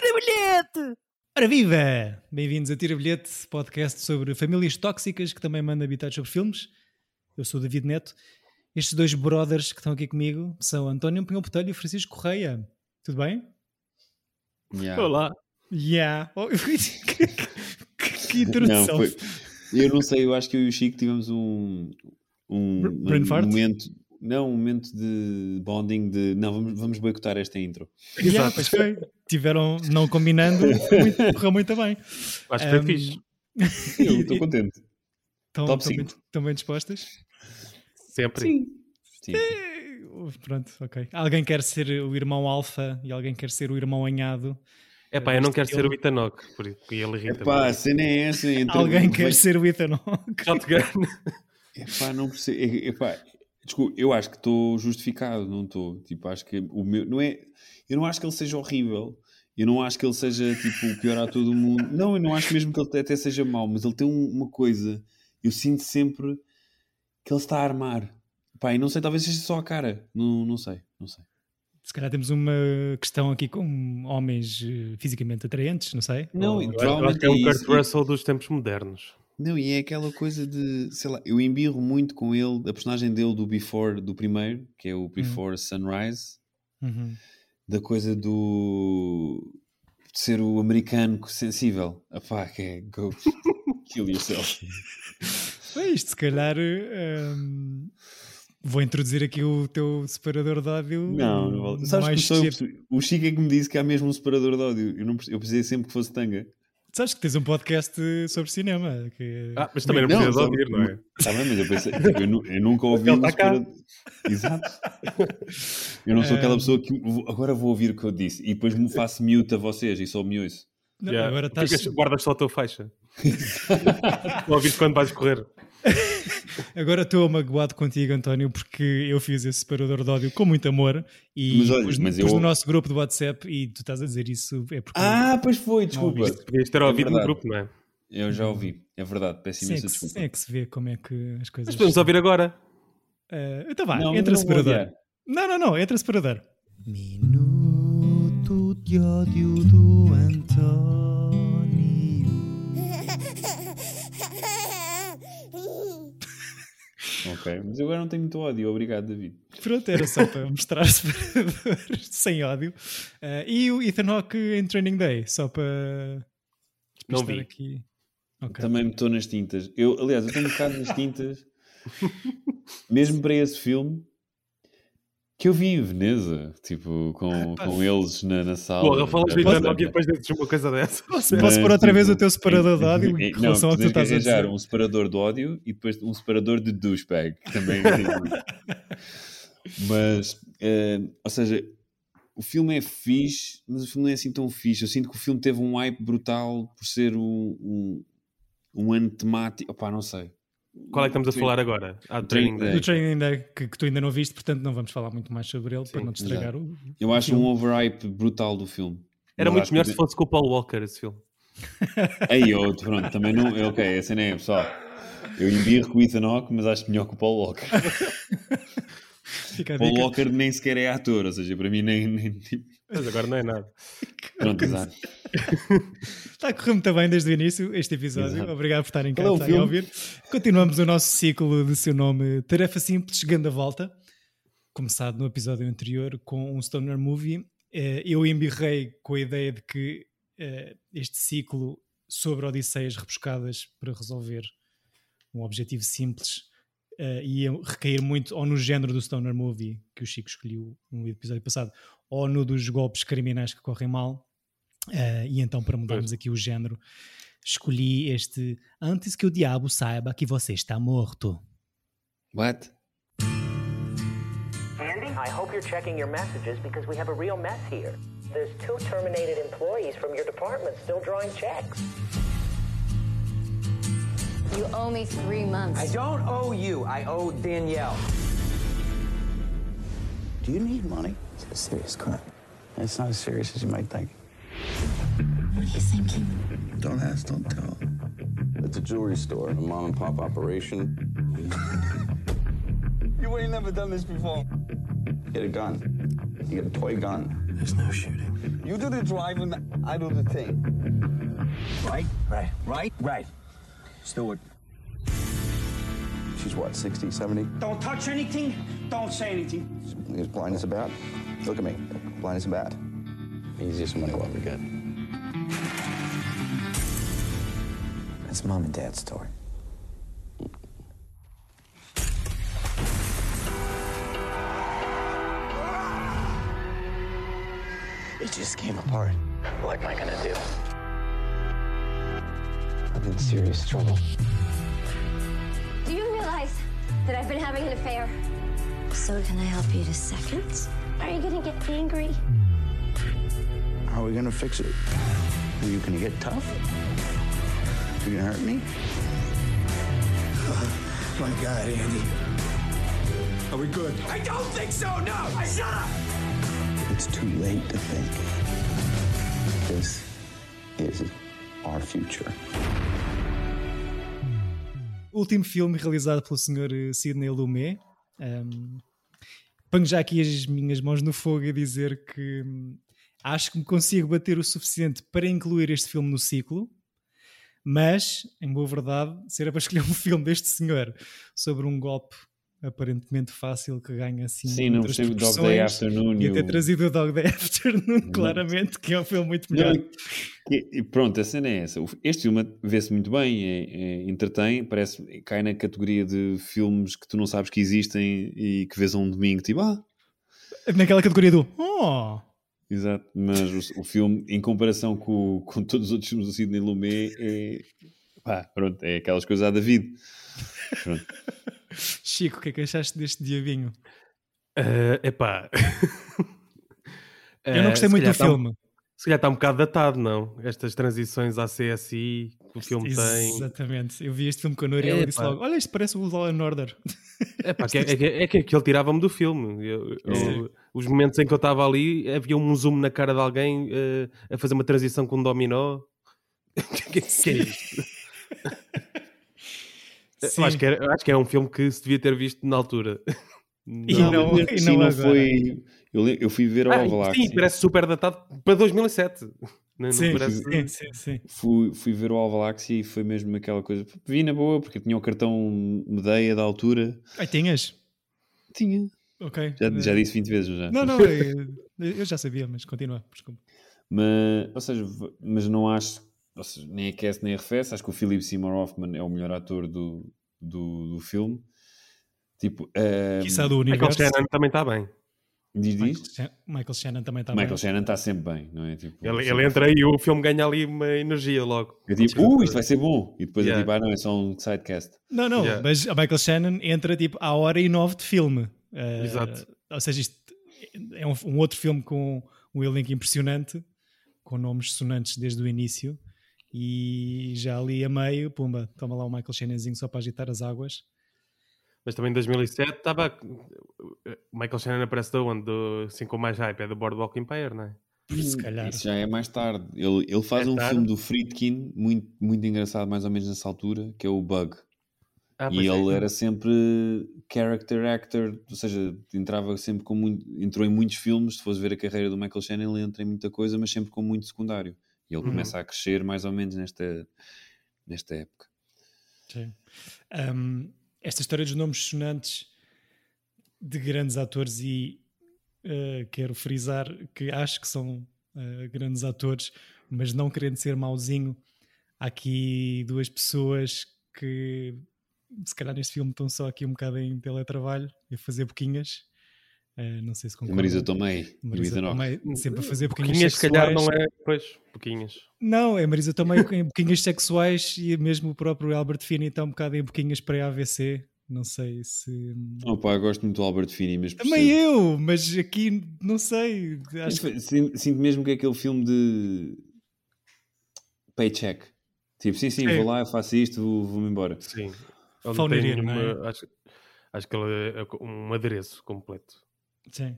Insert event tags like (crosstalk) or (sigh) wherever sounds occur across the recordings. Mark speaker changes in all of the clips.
Speaker 1: bilhete!
Speaker 2: Ora viva! Bem-vindos a Tira Bilhete, podcast sobre famílias tóxicas que também manda habitados sobre filmes. Eu sou o David Neto. Estes dois brothers que estão aqui comigo são António Pinhão Botelho e Francisco Correia. Tudo bem?
Speaker 3: Yeah.
Speaker 4: Olá.
Speaker 2: Yeah. Oh, (laughs) que, que- que
Speaker 3: Não,
Speaker 2: introdução.
Speaker 3: foi- Eu não sei, eu acho que eu e o Chico tivemos um, um,
Speaker 2: Br- brain
Speaker 3: um
Speaker 2: fart?
Speaker 3: momento. Não, um momento de bonding de não, vamos, vamos boicotar esta
Speaker 2: (laughs)
Speaker 3: intro.
Speaker 2: Yeah,
Speaker 4: Exato.
Speaker 2: pois foi. Tiveram, não combinando, foi muito- correu muito bem.
Speaker 4: Acho que foi
Speaker 2: Um,
Speaker 4: fixe.
Speaker 3: Eu estou contente.
Speaker 2: Estão,
Speaker 3: Top
Speaker 2: estão bem-
Speaker 3: cinco.
Speaker 2: estão bem dispostas?
Speaker 4: Sempre.
Speaker 3: Sim.
Speaker 2: Pronto, ok. Alguém quer ser o irmão alfa e alguém quer ser o irmão anhado.
Speaker 4: É pá, eu não quero ser o Itanok, por isso que ele irrita.
Speaker 3: Epá, a cena é essa. Entre
Speaker 2: Alguém
Speaker 3: vai-
Speaker 2: quer ser o Ethan Hawke.
Speaker 4: Shotgun.
Speaker 3: Epá, não percebo. E- Epá, desculpa, eu acho que estou justificado, não estou. Tipo, acho que o meu. Não é, eu não acho que ele seja horrível. Eu não acho que ele seja tipo, o pior a todo mundo. Não, eu não acho mesmo que ele até seja mau, mas ele tem um- uma coisa. Eu sinto sempre que ele está a armar. Pá, e não sei, talvez seja só a cara. Não, não sei, não sei.
Speaker 2: Se calhar temos uma questão aqui com homens eh, fisicamente atraentes, não sei.
Speaker 3: Não,
Speaker 2: Ou-
Speaker 3: e-
Speaker 4: Eu acho que é
Speaker 3: Provavelmente
Speaker 4: um
Speaker 3: é
Speaker 4: Kurt
Speaker 3: isso.
Speaker 4: Russell dos tempos modernos.
Speaker 3: Não, e é aquela coisa de, sei lá, eu embirro muito com ele, a personagem dele do Before, do primeiro, que
Speaker 4: Hum.
Speaker 3: é o Before Sunrise,
Speaker 2: Uhum.
Speaker 3: da coisa do de ser o americano co- sensível. Apá, que é go (laughs) kill yourself.
Speaker 2: É isto, se calhar. eh, ehm, vou introduzir aqui o teu separador de ódio.
Speaker 3: Não, não vale. Sabes que
Speaker 2: Hum, mais
Speaker 3: só eu
Speaker 2: cedo.
Speaker 3: percebi- o Chico é que me disse que há mesmo um separador de ódio. Eu, não, perce- eu precisei sempre que fosse tanga.
Speaker 2: Sabes que tens um podcast eh, sobre cinema. Que...
Speaker 4: Ah, mas também não, precisas
Speaker 3: só-
Speaker 4: ouvir, não é?
Speaker 3: Tá bem, mas eu pensei, eu, nu- eu nunca ouvi
Speaker 4: Ele
Speaker 3: um
Speaker 4: tá cá.
Speaker 3: separador. Exato. Eu não sou
Speaker 2: Hum.
Speaker 3: aquela pessoa que vou- agora vou ouvir o que eu disse e depois me faço mute a vocês e só me ouço.
Speaker 2: Não,
Speaker 4: Yeah.
Speaker 2: Agora estás.
Speaker 4: Ficas- guardas só a tua faixa. Não ouviste quando vais correr.
Speaker 2: Agora estou magoado contigo, António, porque eu fiz esse separador de ódio com muito amor e
Speaker 3: Mas olha,
Speaker 2: pus,
Speaker 3: mas
Speaker 2: pus
Speaker 3: eu-
Speaker 2: no nosso grupo do WhatsApp e tu estás a dizer isso é porque
Speaker 3: Ah, pois foi,
Speaker 2: desculpa.
Speaker 3: desculpa.
Speaker 2: ouviste.
Speaker 4: Podias ter ouvido no
Speaker 3: verdade.
Speaker 4: grupo, não é?
Speaker 3: Eu já ouvi, é verdade, peço
Speaker 2: sim é,
Speaker 3: imensa
Speaker 2: que, se-
Speaker 3: desculpa.
Speaker 2: sim é que se vê como é que as coisas.
Speaker 4: Mas podemos ouvir agora.
Speaker 2: Ah, então vá,
Speaker 3: Não,
Speaker 2: entra
Speaker 3: eu não vou
Speaker 2: separador.
Speaker 3: odiar.
Speaker 2: Não, não, é não, entra separador.
Speaker 1: Minuto de ódio do António.
Speaker 3: Ok, mas eu agora não tenho muito ódio, obrigado, David.
Speaker 2: Pronto, era só para mostrar separador (laughs) sem ódio. Ah, e o Ethan Hawke em Training Day, só para
Speaker 4: Não
Speaker 2: estar
Speaker 4: vi.
Speaker 2: aqui. Ok.
Speaker 3: Também me estou nas tintas. Eu, aliás, eu estou um bocado nas tintas, mesmo para esse filme que eu vi em Veneza, tipo, com, com eles na, na sala.
Speaker 4: Porra, falas do
Speaker 3: Mas-
Speaker 4: Itanok e depois dizes uma coisa dessa.
Speaker 2: Posso, posso pôr outra vez o teu separador de ódio em
Speaker 3: Não,
Speaker 2: relação ao que tu
Speaker 3: tens
Speaker 2: estás a
Speaker 3: arranjar
Speaker 2: dizer?
Speaker 3: um separador de ódio e depois um separador de douchebag que também tem
Speaker 2: (laughs)
Speaker 3: muito. mas eh, ou seja o filme é fixe mas o filme não é assim tão fixe eu sinto que o filme teve um hype brutal por ser um um, um ano temático opá não sei
Speaker 4: Qual é que estamos a falar agora? Ah, Training
Speaker 3: um,
Speaker 4: Day.
Speaker 2: do Training Day que, que tu ainda não viste, portanto não vamos falar muito mais sobre ele para
Speaker 4: Sim,
Speaker 2: não te estragar o.
Speaker 3: eu acho
Speaker 2: filme.
Speaker 3: um overhype brutal do filme
Speaker 4: Era
Speaker 3: Mas
Speaker 4: muito
Speaker 3: acho que
Speaker 4: melhor
Speaker 3: o-
Speaker 4: se fosse com o Paul Walker esse filme.
Speaker 3: Aí, eu, pronto, também não. eu- Ok, a cena é, pessoal. Eu embirro com o Ethan Hawke, mas acho melhor que o Paul Walker.
Speaker 2: Fica a
Speaker 3: O Paul
Speaker 2: dica.
Speaker 3: Walker nem sequer é ator, ou seja, para mim nem.
Speaker 2: (laughs)
Speaker 3: nem tipo,
Speaker 4: Mas agora não é nada.
Speaker 3: pronto, exato.
Speaker 2: Está a correr muito bem desde o início este episódio.
Speaker 3: Exato.
Speaker 2: Obrigado por estarem cá
Speaker 3: Qual é o
Speaker 2: estarem a
Speaker 3: filme?
Speaker 2: ouvir. Continuamos o nosso ciclo de seu nome Tarefa Simples, chegando à volta. Começado no episódio anterior com um Stoner Movie. Eh, Eu embirrei com a ideia de que eh, este ciclo sobre odisseias rebuscadas para resolver um objetivo simples eh, ia recair muito ou no género do Stoner Movie que o Chico escolheu no episódio passado ou no dos golpes criminais que correm mal Eh, e então para mudarmos aqui o género escolhi este antes que o diabo saiba que você está morto
Speaker 3: What?
Speaker 5: Andy, I hope you're checking your messages because we have a real mess here. There's two terminated employees from your department still drawing checks.
Speaker 6: You owe me three months.
Speaker 7: I don't owe you. I owe Danielle.
Speaker 8: Do you need money? It's a serious crime. It's not as serious as you might think. What are you thinking? Don't ask, don't tell.
Speaker 9: It's a jewelry store, a mom and pop operation.
Speaker 8: You ain't never done this before.
Speaker 9: Get a gun. You get a toy gun.
Speaker 8: There's no shooting.
Speaker 7: You do the driving, I do the thing.
Speaker 8: Right, right, right, right. Stewart.
Speaker 9: She's what, 60, 70?
Speaker 10: Don't touch anything. Don't say anything.
Speaker 9: Is blind as a bat? Look at me. Blind as a bat. Easiest money we'll ever get.
Speaker 8: That's mom and dad's story. It just came apart.
Speaker 9: What am I gonna do?
Speaker 8: I'm in serious trouble.
Speaker 6: Do you realize that I've been having an affair? So can I help you to seconds? Are you gonna get angry?
Speaker 8: How are we gonna fix it? Are you gonna get tough? Are you gonna hurt me? Oh, my God, Andy. Are we good?
Speaker 10: I don't think so. No. I shut up.
Speaker 8: It's too late to think.
Speaker 9: This is our future.
Speaker 2: Último filme realizado pelo senhor eh, Sidney Lumet. Um, ponho já aqui as minhas mãos no fogo a dizer que hum, acho que me consigo bater o suficiente para incluir este filme no ciclo, mas, em boa verdade, se era para (laughs) escolher um filme deste senhor sobre um golpe aparentemente fácil que ganha assim
Speaker 3: Sim, não
Speaker 2: outras
Speaker 3: percebo é o Dog Day
Speaker 2: proporções,
Speaker 3: Afternoon. e
Speaker 2: e
Speaker 3: o-
Speaker 2: ter trazido o Dog Day Afternoon, claramente, que é um filme muito melhor.
Speaker 3: Não, e- e pronto, a cena é essa. O- Este filme vê-se muito bem, é- é- entretém, parece, cai na categoria de filmes que tu não sabes que existem e que vês a um domingo, tipo, ah,
Speaker 2: Naquela categoria do Oh!
Speaker 3: exato. Mas o, o filme, em comparação com, com todos os outros filmes do Sidney Lumet, é. pá, pronto, é aquelas coisas à David. Pronto.
Speaker 2: Chico, o que é que achaste deste diabinho?
Speaker 4: Eh, epá.
Speaker 2: Eu não
Speaker 4: Eh,
Speaker 2: gostei
Speaker 4: se
Speaker 2: muito do
Speaker 4: calhar tá um-
Speaker 2: filme.
Speaker 4: se calhar está um bocado datado, não? Estas transições à CSI que o filme tem.
Speaker 2: Exatamente. Eu vi este filme com a Noriel e disse
Speaker 4: Epá.
Speaker 2: logo: Olha, isto parece o Law and Order.
Speaker 4: Epá, que- é, que, é que aquilo tirava-me do filme. Eu- eu-
Speaker 3: Sim.
Speaker 4: os momentos em que eu estava ali, havia um zoom na cara de alguém eh, a fazer uma transição com um dominó. (laughs) que, que é isto?
Speaker 2: Sim.
Speaker 4: Eu acho, que era, eu acho que era um filme que se devia ter visto na altura. (laughs)
Speaker 2: E não, é
Speaker 3: mas mesmo
Speaker 2: e
Speaker 3: assim
Speaker 2: não agora.
Speaker 3: foi. Eu, le- eu fui ver ao
Speaker 4: Ah,
Speaker 3: Alvalax.
Speaker 4: sim, parece super datado para 2007. Não- Não,
Speaker 2: Sim,
Speaker 4: parece-
Speaker 2: sim, sim, sim.
Speaker 3: fui, fui ver o Alvalaxi e foi mesmo aquela coisa. Vi na boa, porque eu tinha o cartão Medeia da altura.
Speaker 2: Ai, tinhas?
Speaker 3: Tinha.
Speaker 2: Ok. Eh,
Speaker 3: Já, já disse 20 vezes, já.
Speaker 2: É. Não, não, eu, eu já sabia, mas continua. Desculpa.
Speaker 3: Mas, ou seja, v- mas não acho. ou seja, nem aquece nem arrefece. Acho que o Philip Seymour Hoffman é o melhor ator do, do, do filme. Tipo, eh,
Speaker 2: Quissá do
Speaker 4: Michael
Speaker 2: universo.
Speaker 4: Shannon também está bem.
Speaker 3: diz, diz.
Speaker 2: Michael Shan- Michael Shannon também está
Speaker 3: Michael
Speaker 2: bem.
Speaker 3: Shannon está sempre bem, não é? Tipo,
Speaker 4: Ele,
Speaker 3: sempre-
Speaker 4: ele entra e o filme ganha ali uma energia logo.
Speaker 3: É tipo, uh, isto vai ser bom. E depois
Speaker 4: Yeah.
Speaker 3: é tipo, ah, não, é só um sidecast.
Speaker 2: Não, não,
Speaker 4: Yeah.
Speaker 2: mas a Michael Shannon entra tipo à hora e nove de filme. Eh,
Speaker 4: Exato.
Speaker 2: Ou seja, isto é um, um outro filme com um elenco impressionante, com nomes sonantes desde o início. E já ali a meio, pumba, toma lá o Michael Shannonzinho só para agitar as águas.
Speaker 4: Mas também em 2007 estava. eh, Michael Shannon aparece da onde? Do, assim com mais hype, é do Boardwalk Empire, não é?
Speaker 2: Se calhar.
Speaker 3: Isso já é mais tarde. Ele, ele faz
Speaker 4: É
Speaker 3: um
Speaker 4: tarde.
Speaker 3: filme do Friedkin muito, muito engraçado, mais ou menos nessa altura, que é o Bug.
Speaker 4: Ah,
Speaker 3: e
Speaker 4: pois é.
Speaker 3: ele era sempre character actor, ou seja, entrava sempre com muito, entrou em muitos filmes. Se fores ver a carreira do Michael Shannon, ele entra em muita coisa, mas sempre com muito secundário. E ele
Speaker 4: Uhum.
Speaker 3: começa a crescer mais ou menos nesta, nesta época.
Speaker 2: Sim. Ahm, esta história dos nomes sonantes de grandes atores e ah, quero frisar que acho que são ah, grandes atores, mas não querendo ser mauzinho, há aqui duas pessoas que se calhar neste filme estão só aqui um bocado em teletrabalho e a fazer boquinhas. Ah, não sei se
Speaker 3: A
Speaker 2: concordam.
Speaker 3: Marisa Tomei, e o
Speaker 2: Marisa
Speaker 3: Ethan Hawke.
Speaker 2: Tomei, sempre a fazer boquinhas,
Speaker 4: Pouquinhas, se calhar,
Speaker 2: sexuais.
Speaker 4: não é. Pois, pouquinhas.
Speaker 2: Não, é Marisa também em boquinhas sexuais e mesmo o próprio Albert Finney está um bocado em boquinhas pré-AVC. Não sei se.
Speaker 3: Opa, eu gosto muito do Albert Finney, mas
Speaker 2: Também
Speaker 3: percebo.
Speaker 2: eu, mas aqui não sei. Acho que
Speaker 3: Mas Sinto, sinto mesmo que é aquele filme de paycheck. Tipo, sim, sim,
Speaker 2: Sim.
Speaker 3: vou lá, eu faço isto, vou- vou-me embora.
Speaker 4: Sim. Ele não tem
Speaker 2: Fauniria, não é?
Speaker 4: nenhuma- acho, acho que ele é um adereço completo.
Speaker 2: sim.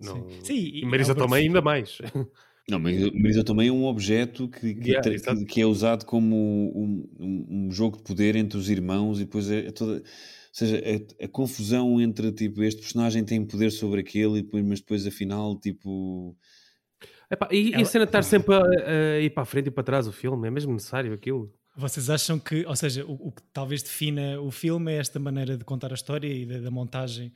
Speaker 4: Não...
Speaker 2: Sim. Sim, e-
Speaker 4: e Marisa
Speaker 2: Albert
Speaker 4: também, ainda mais. (laughs)
Speaker 3: Não, mas, mas eu também é um objeto que, que,
Speaker 4: Yeah,
Speaker 3: te-
Speaker 4: exato.
Speaker 3: que, que é usado como um, um- um jogo de poder entre os irmãos e depois é, é toda. Ou seja, é, a, a confusão entre tipo, este personagem tem poder sobre aquele, e depois- mas depois afinal, tipo.
Speaker 4: Epá, e, e a cena de (laughs) estar sempre a, a ir para a frente e para trás o filme, é mesmo necessário aquilo?
Speaker 2: Vocês acham que, ou seja, o, o que talvez defina o filme é esta maneira de contar a história e da, da montagem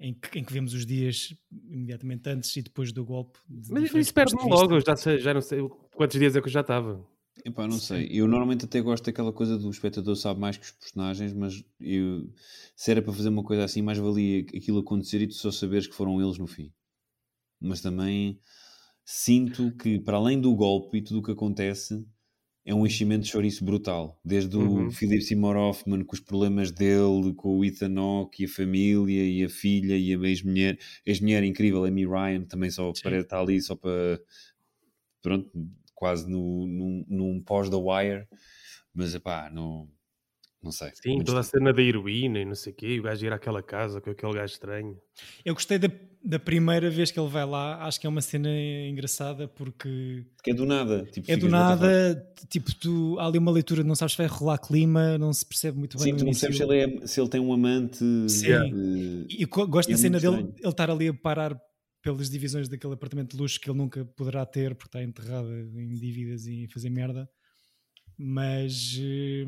Speaker 2: em que, em que vemos os dias imediatamente antes e depois do golpe. de
Speaker 4: Mas
Speaker 2: diferentes
Speaker 4: isso perde-me
Speaker 2: pontos de vista?
Speaker 4: logo, eu já, sei- já não sei quantos dias é que eu já estava.
Speaker 3: Epá, não sei. Eu normalmente até gosto daquela coisa do espectador sabe mais que os personagens, mas eu, se era para fazer uma coisa assim, mais valia aquilo acontecer e tu só saberes que foram eles no fim. Mas também sinto que, para além do golpe e tudo o que acontece, é um enchimento de chouriço brutal. Desde o
Speaker 4: Uhum.
Speaker 3: Philip Seymour Hoffman, com os problemas dele, com o Ethan Hawke e a família e a filha e a ex-mulher. Ex-mulher incrível, Amy Ryan, também só para estar ali só para... Pronto, quase no, num, num pós da Wire. Mas, epá, não... Não sei.
Speaker 4: Sim,
Speaker 3: Muito
Speaker 4: toda a
Speaker 3: estranho.
Speaker 4: cena da heroína e não sei o quê, e o gajo ir àquela casa com aquele gajo estranho.
Speaker 2: Eu gostei da, da primeira vez que ele vai lá, acho que é uma cena engraçada porque
Speaker 3: Porque é do nada. Tipo,
Speaker 2: é do
Speaker 3: ficas what the fuck.
Speaker 2: nada, t- tipo, tu há ali uma leitura, não sabes se vai rolar clima, não se percebe muito bem.
Speaker 3: Sim,
Speaker 2: no
Speaker 3: tu não
Speaker 2: início.
Speaker 3: percebes se ele, é- se ele tem um amante.
Speaker 2: Sim.
Speaker 3: eh,
Speaker 2: E eu co- gosto
Speaker 3: é
Speaker 2: da cena
Speaker 3: muito
Speaker 2: dele,
Speaker 3: estranho.
Speaker 2: ele estar ali a parar pelas divisões daquele apartamento de luxo que ele nunca poderá ter porque está enterrado em dívidas e em fazer merda. Mas eh,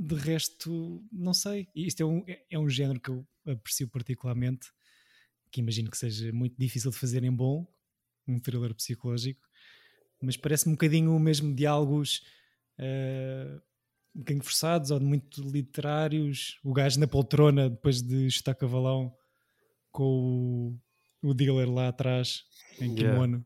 Speaker 2: de resto, não sei. E Isto é um, é- é um género que eu aprecio particularmente, que imagino que seja muito difícil de fazer em bom, um thriller psicológico, mas parece-me um bocadinho o mesmo diálogos. eh, um bocadinho forçados ou de muito literários. O gajo na poltrona, depois de chutar cavalão com o, o dealer lá atrás, em
Speaker 4: Yeah.
Speaker 2: kimono.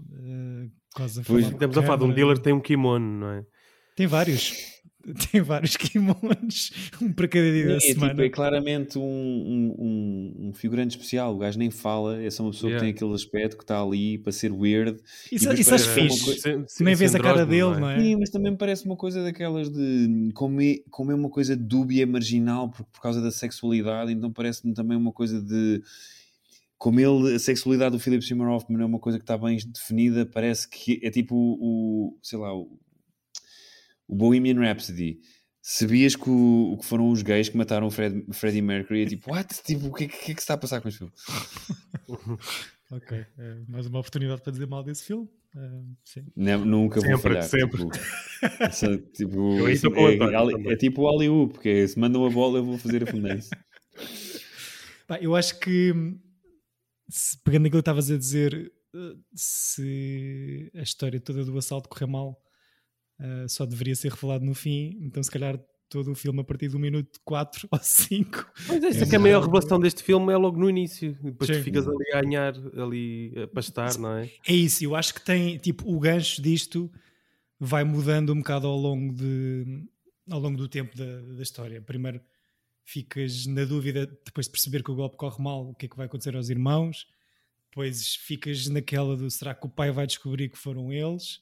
Speaker 2: Eh, quase a falar.
Speaker 3: Pois,
Speaker 2: com a
Speaker 4: Estamos a falar de um
Speaker 2: câmara.
Speaker 4: dealer que tem um kimono, não é?
Speaker 2: Tem vários. (laughs) Tem vários kimonos. (laughs) Um para cada dia da
Speaker 3: é, tipo,
Speaker 2: semana.
Speaker 3: é claramente um, um, um- um figurante especial. O gajo nem fala, é só uma pessoa
Speaker 4: Yeah.
Speaker 3: que tem aquele aspecto que está ali para ser weird.
Speaker 2: Isso-
Speaker 3: depois
Speaker 2: isso
Speaker 3: parece
Speaker 2: acho
Speaker 3: que é uma
Speaker 2: fixe.
Speaker 3: coisa-
Speaker 4: Sem- sem-
Speaker 2: Nem
Speaker 4: sem
Speaker 2: vês a cara
Speaker 4: drosma,
Speaker 2: dele, não é?
Speaker 3: Sim, mas também me parece uma coisa daquelas de hum, comer, comer é uma coisa dúbia, marginal, por, por causa da sexualidade, então parece-me também uma coisa de. Como ele, a sexualidade do Philip Seymour Hoffman é uma coisa que está bem definida, parece que é tipo o. sei lá, o, o Bohemian Rhapsody. Sabias que, o, o que foram os gays que mataram o Fred, Freddie Mercury? É tipo, what? Tipo, o que, é que- o que é que se está a passar com este filme?
Speaker 2: Ok. eh, mais uma oportunidade para dizer mal desse filme. Eh, sim.
Speaker 3: Não, nunca vou
Speaker 4: Sempre,
Speaker 3: falhar.
Speaker 4: sempre.
Speaker 3: Tipo,
Speaker 4: (laughs)
Speaker 3: essa- tipo,
Speaker 4: Eu aí
Speaker 3: esse-
Speaker 4: tô com o
Speaker 3: é,
Speaker 4: António
Speaker 3: ali-
Speaker 4: também.
Speaker 3: é tipo o Hollywood, porque se mandam a bola eu vou fazer a fundança.
Speaker 2: Pá, eu acho que hum, se- pegando aquilo que estavas a dizer, eh, se a história toda do assalto correr mal, eh, só deveria ser revelado no fim, então se calhar todo o filme a partir do minuto 4 (laughs) ou 5.
Speaker 4: Mas é isso
Speaker 2: É
Speaker 4: que a maior
Speaker 2: verdade.
Speaker 4: revelação deste filme é logo no início. E Depois
Speaker 2: Sim.
Speaker 4: tu ficas ali a ganhar, ali a pastar, não é?
Speaker 2: É isso, eu acho que tem, tipo, o gancho disto vai mudando um bocado ao longo, de, ao longo do tempo da, da história. Primeiro ficas na dúvida, depois de perceber que o golpe corre mal, o que é que vai acontecer aos irmãos, depois ficas naquela do será que o pai vai descobrir que foram eles,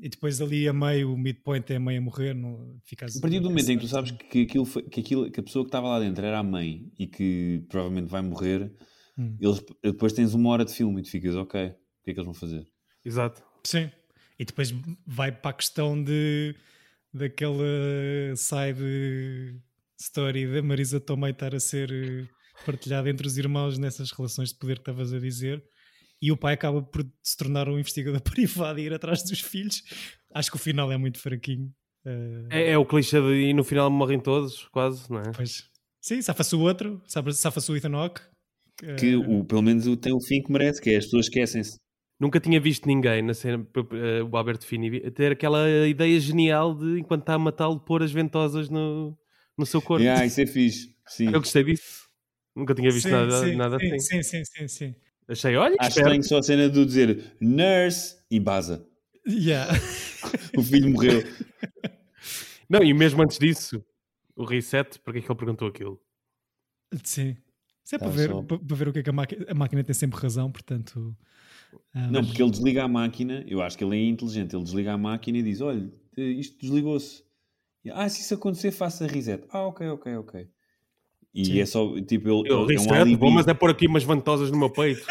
Speaker 2: e depois ali a meio, o midpoint é a meio a morrer, não, ficas...
Speaker 3: (laughs) A partir do momento em que tu sabes que, aquilo foi- que, aquilo, que a pessoa que estava lá dentro era a mãe e que provavelmente vai morrer,
Speaker 2: Hum.
Speaker 3: eles, eh, depois tens uma hora de filme e tu ficas, ok, o que é que eles vão fazer?
Speaker 4: Exato.
Speaker 2: Sim. E depois vai para a questão de daquela side story da Marisa Tomei estar a ser eh, partilhada entre os irmãos nessas relações de poder que estavas a dizer. E o pai acaba por se tornar um investigador (laughs) privado e ir atrás dos filhos. Acho que o final é muito fraquinho. Eh,
Speaker 4: É, é o clichê de e no final morrem todos, quase, não é?
Speaker 2: Pois. Sim, safa-se o outro, safa- safa-se o Ethan Hawke. Eh,
Speaker 3: Que
Speaker 4: É.
Speaker 3: o, pelo menos o- tem o fim que merece, que é as pessoas esquecem-se.
Speaker 4: Nunca tinha visto ninguém na cena, p- p- eh, o Albert Finney, a ter aquela ideia genial de, enquanto está a matá-lo, pôr as ventosas no, no seu corpo.
Speaker 3: Yeah, isso é fixe. Sim.
Speaker 4: Eu gostei disso. Nunca tinha visto
Speaker 2: sim,
Speaker 4: nada,
Speaker 2: sim,
Speaker 4: nada
Speaker 2: sim, Sim,
Speaker 4: assim.
Speaker 2: sim, sim, sim.
Speaker 4: Achei, olha,
Speaker 3: Acho
Speaker 4: espera.
Speaker 3: estranho só a cena do dizer nurse e baza.
Speaker 2: Yeah. (laughs)
Speaker 3: O filho morreu.
Speaker 4: Não, e mesmo antes disso, o reset, porque é que ele perguntou aquilo?
Speaker 2: Sim. Isso é para
Speaker 3: Tá,
Speaker 2: ver,
Speaker 3: só-
Speaker 2: pa- para ver o que é que a, máquina, a máquina tem sempre razão, portanto. ah,
Speaker 3: Não,
Speaker 2: mas-
Speaker 3: porque ele desliga a máquina, eu acho que ele é inteligente, ele desliga a máquina e diz, olha, isto desligou-se. E, Ah, se isso acontecer, faça reset. Ah, ok, ok, ok. E
Speaker 2: Sim.
Speaker 3: é só, tipo, ele,
Speaker 4: Eu,
Speaker 3: ele é um
Speaker 4: reset,
Speaker 3: alívio.
Speaker 4: bom, mas é pôr aqui umas ventosas no meu peito.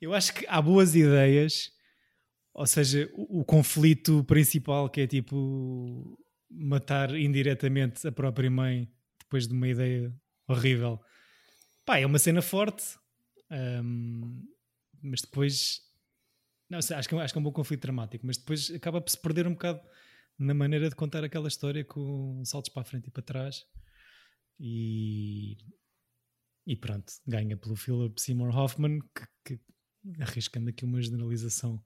Speaker 2: Eu acho que há boas ideias, ou seja, o, o conflito principal que é tipo matar indiretamente a própria mãe depois de uma ideia horrível. Pá, é uma cena forte. ahm, mas depois. Não sei, acho que, é um- acho que é um bom conflito dramático, mas depois acaba por se perder um bocado na maneira de contar aquela história com saltos para a frente e para trás. E. E pronto, ganha pelo Philip Seymour Hoffman, que, que arriscando aqui uma generalização,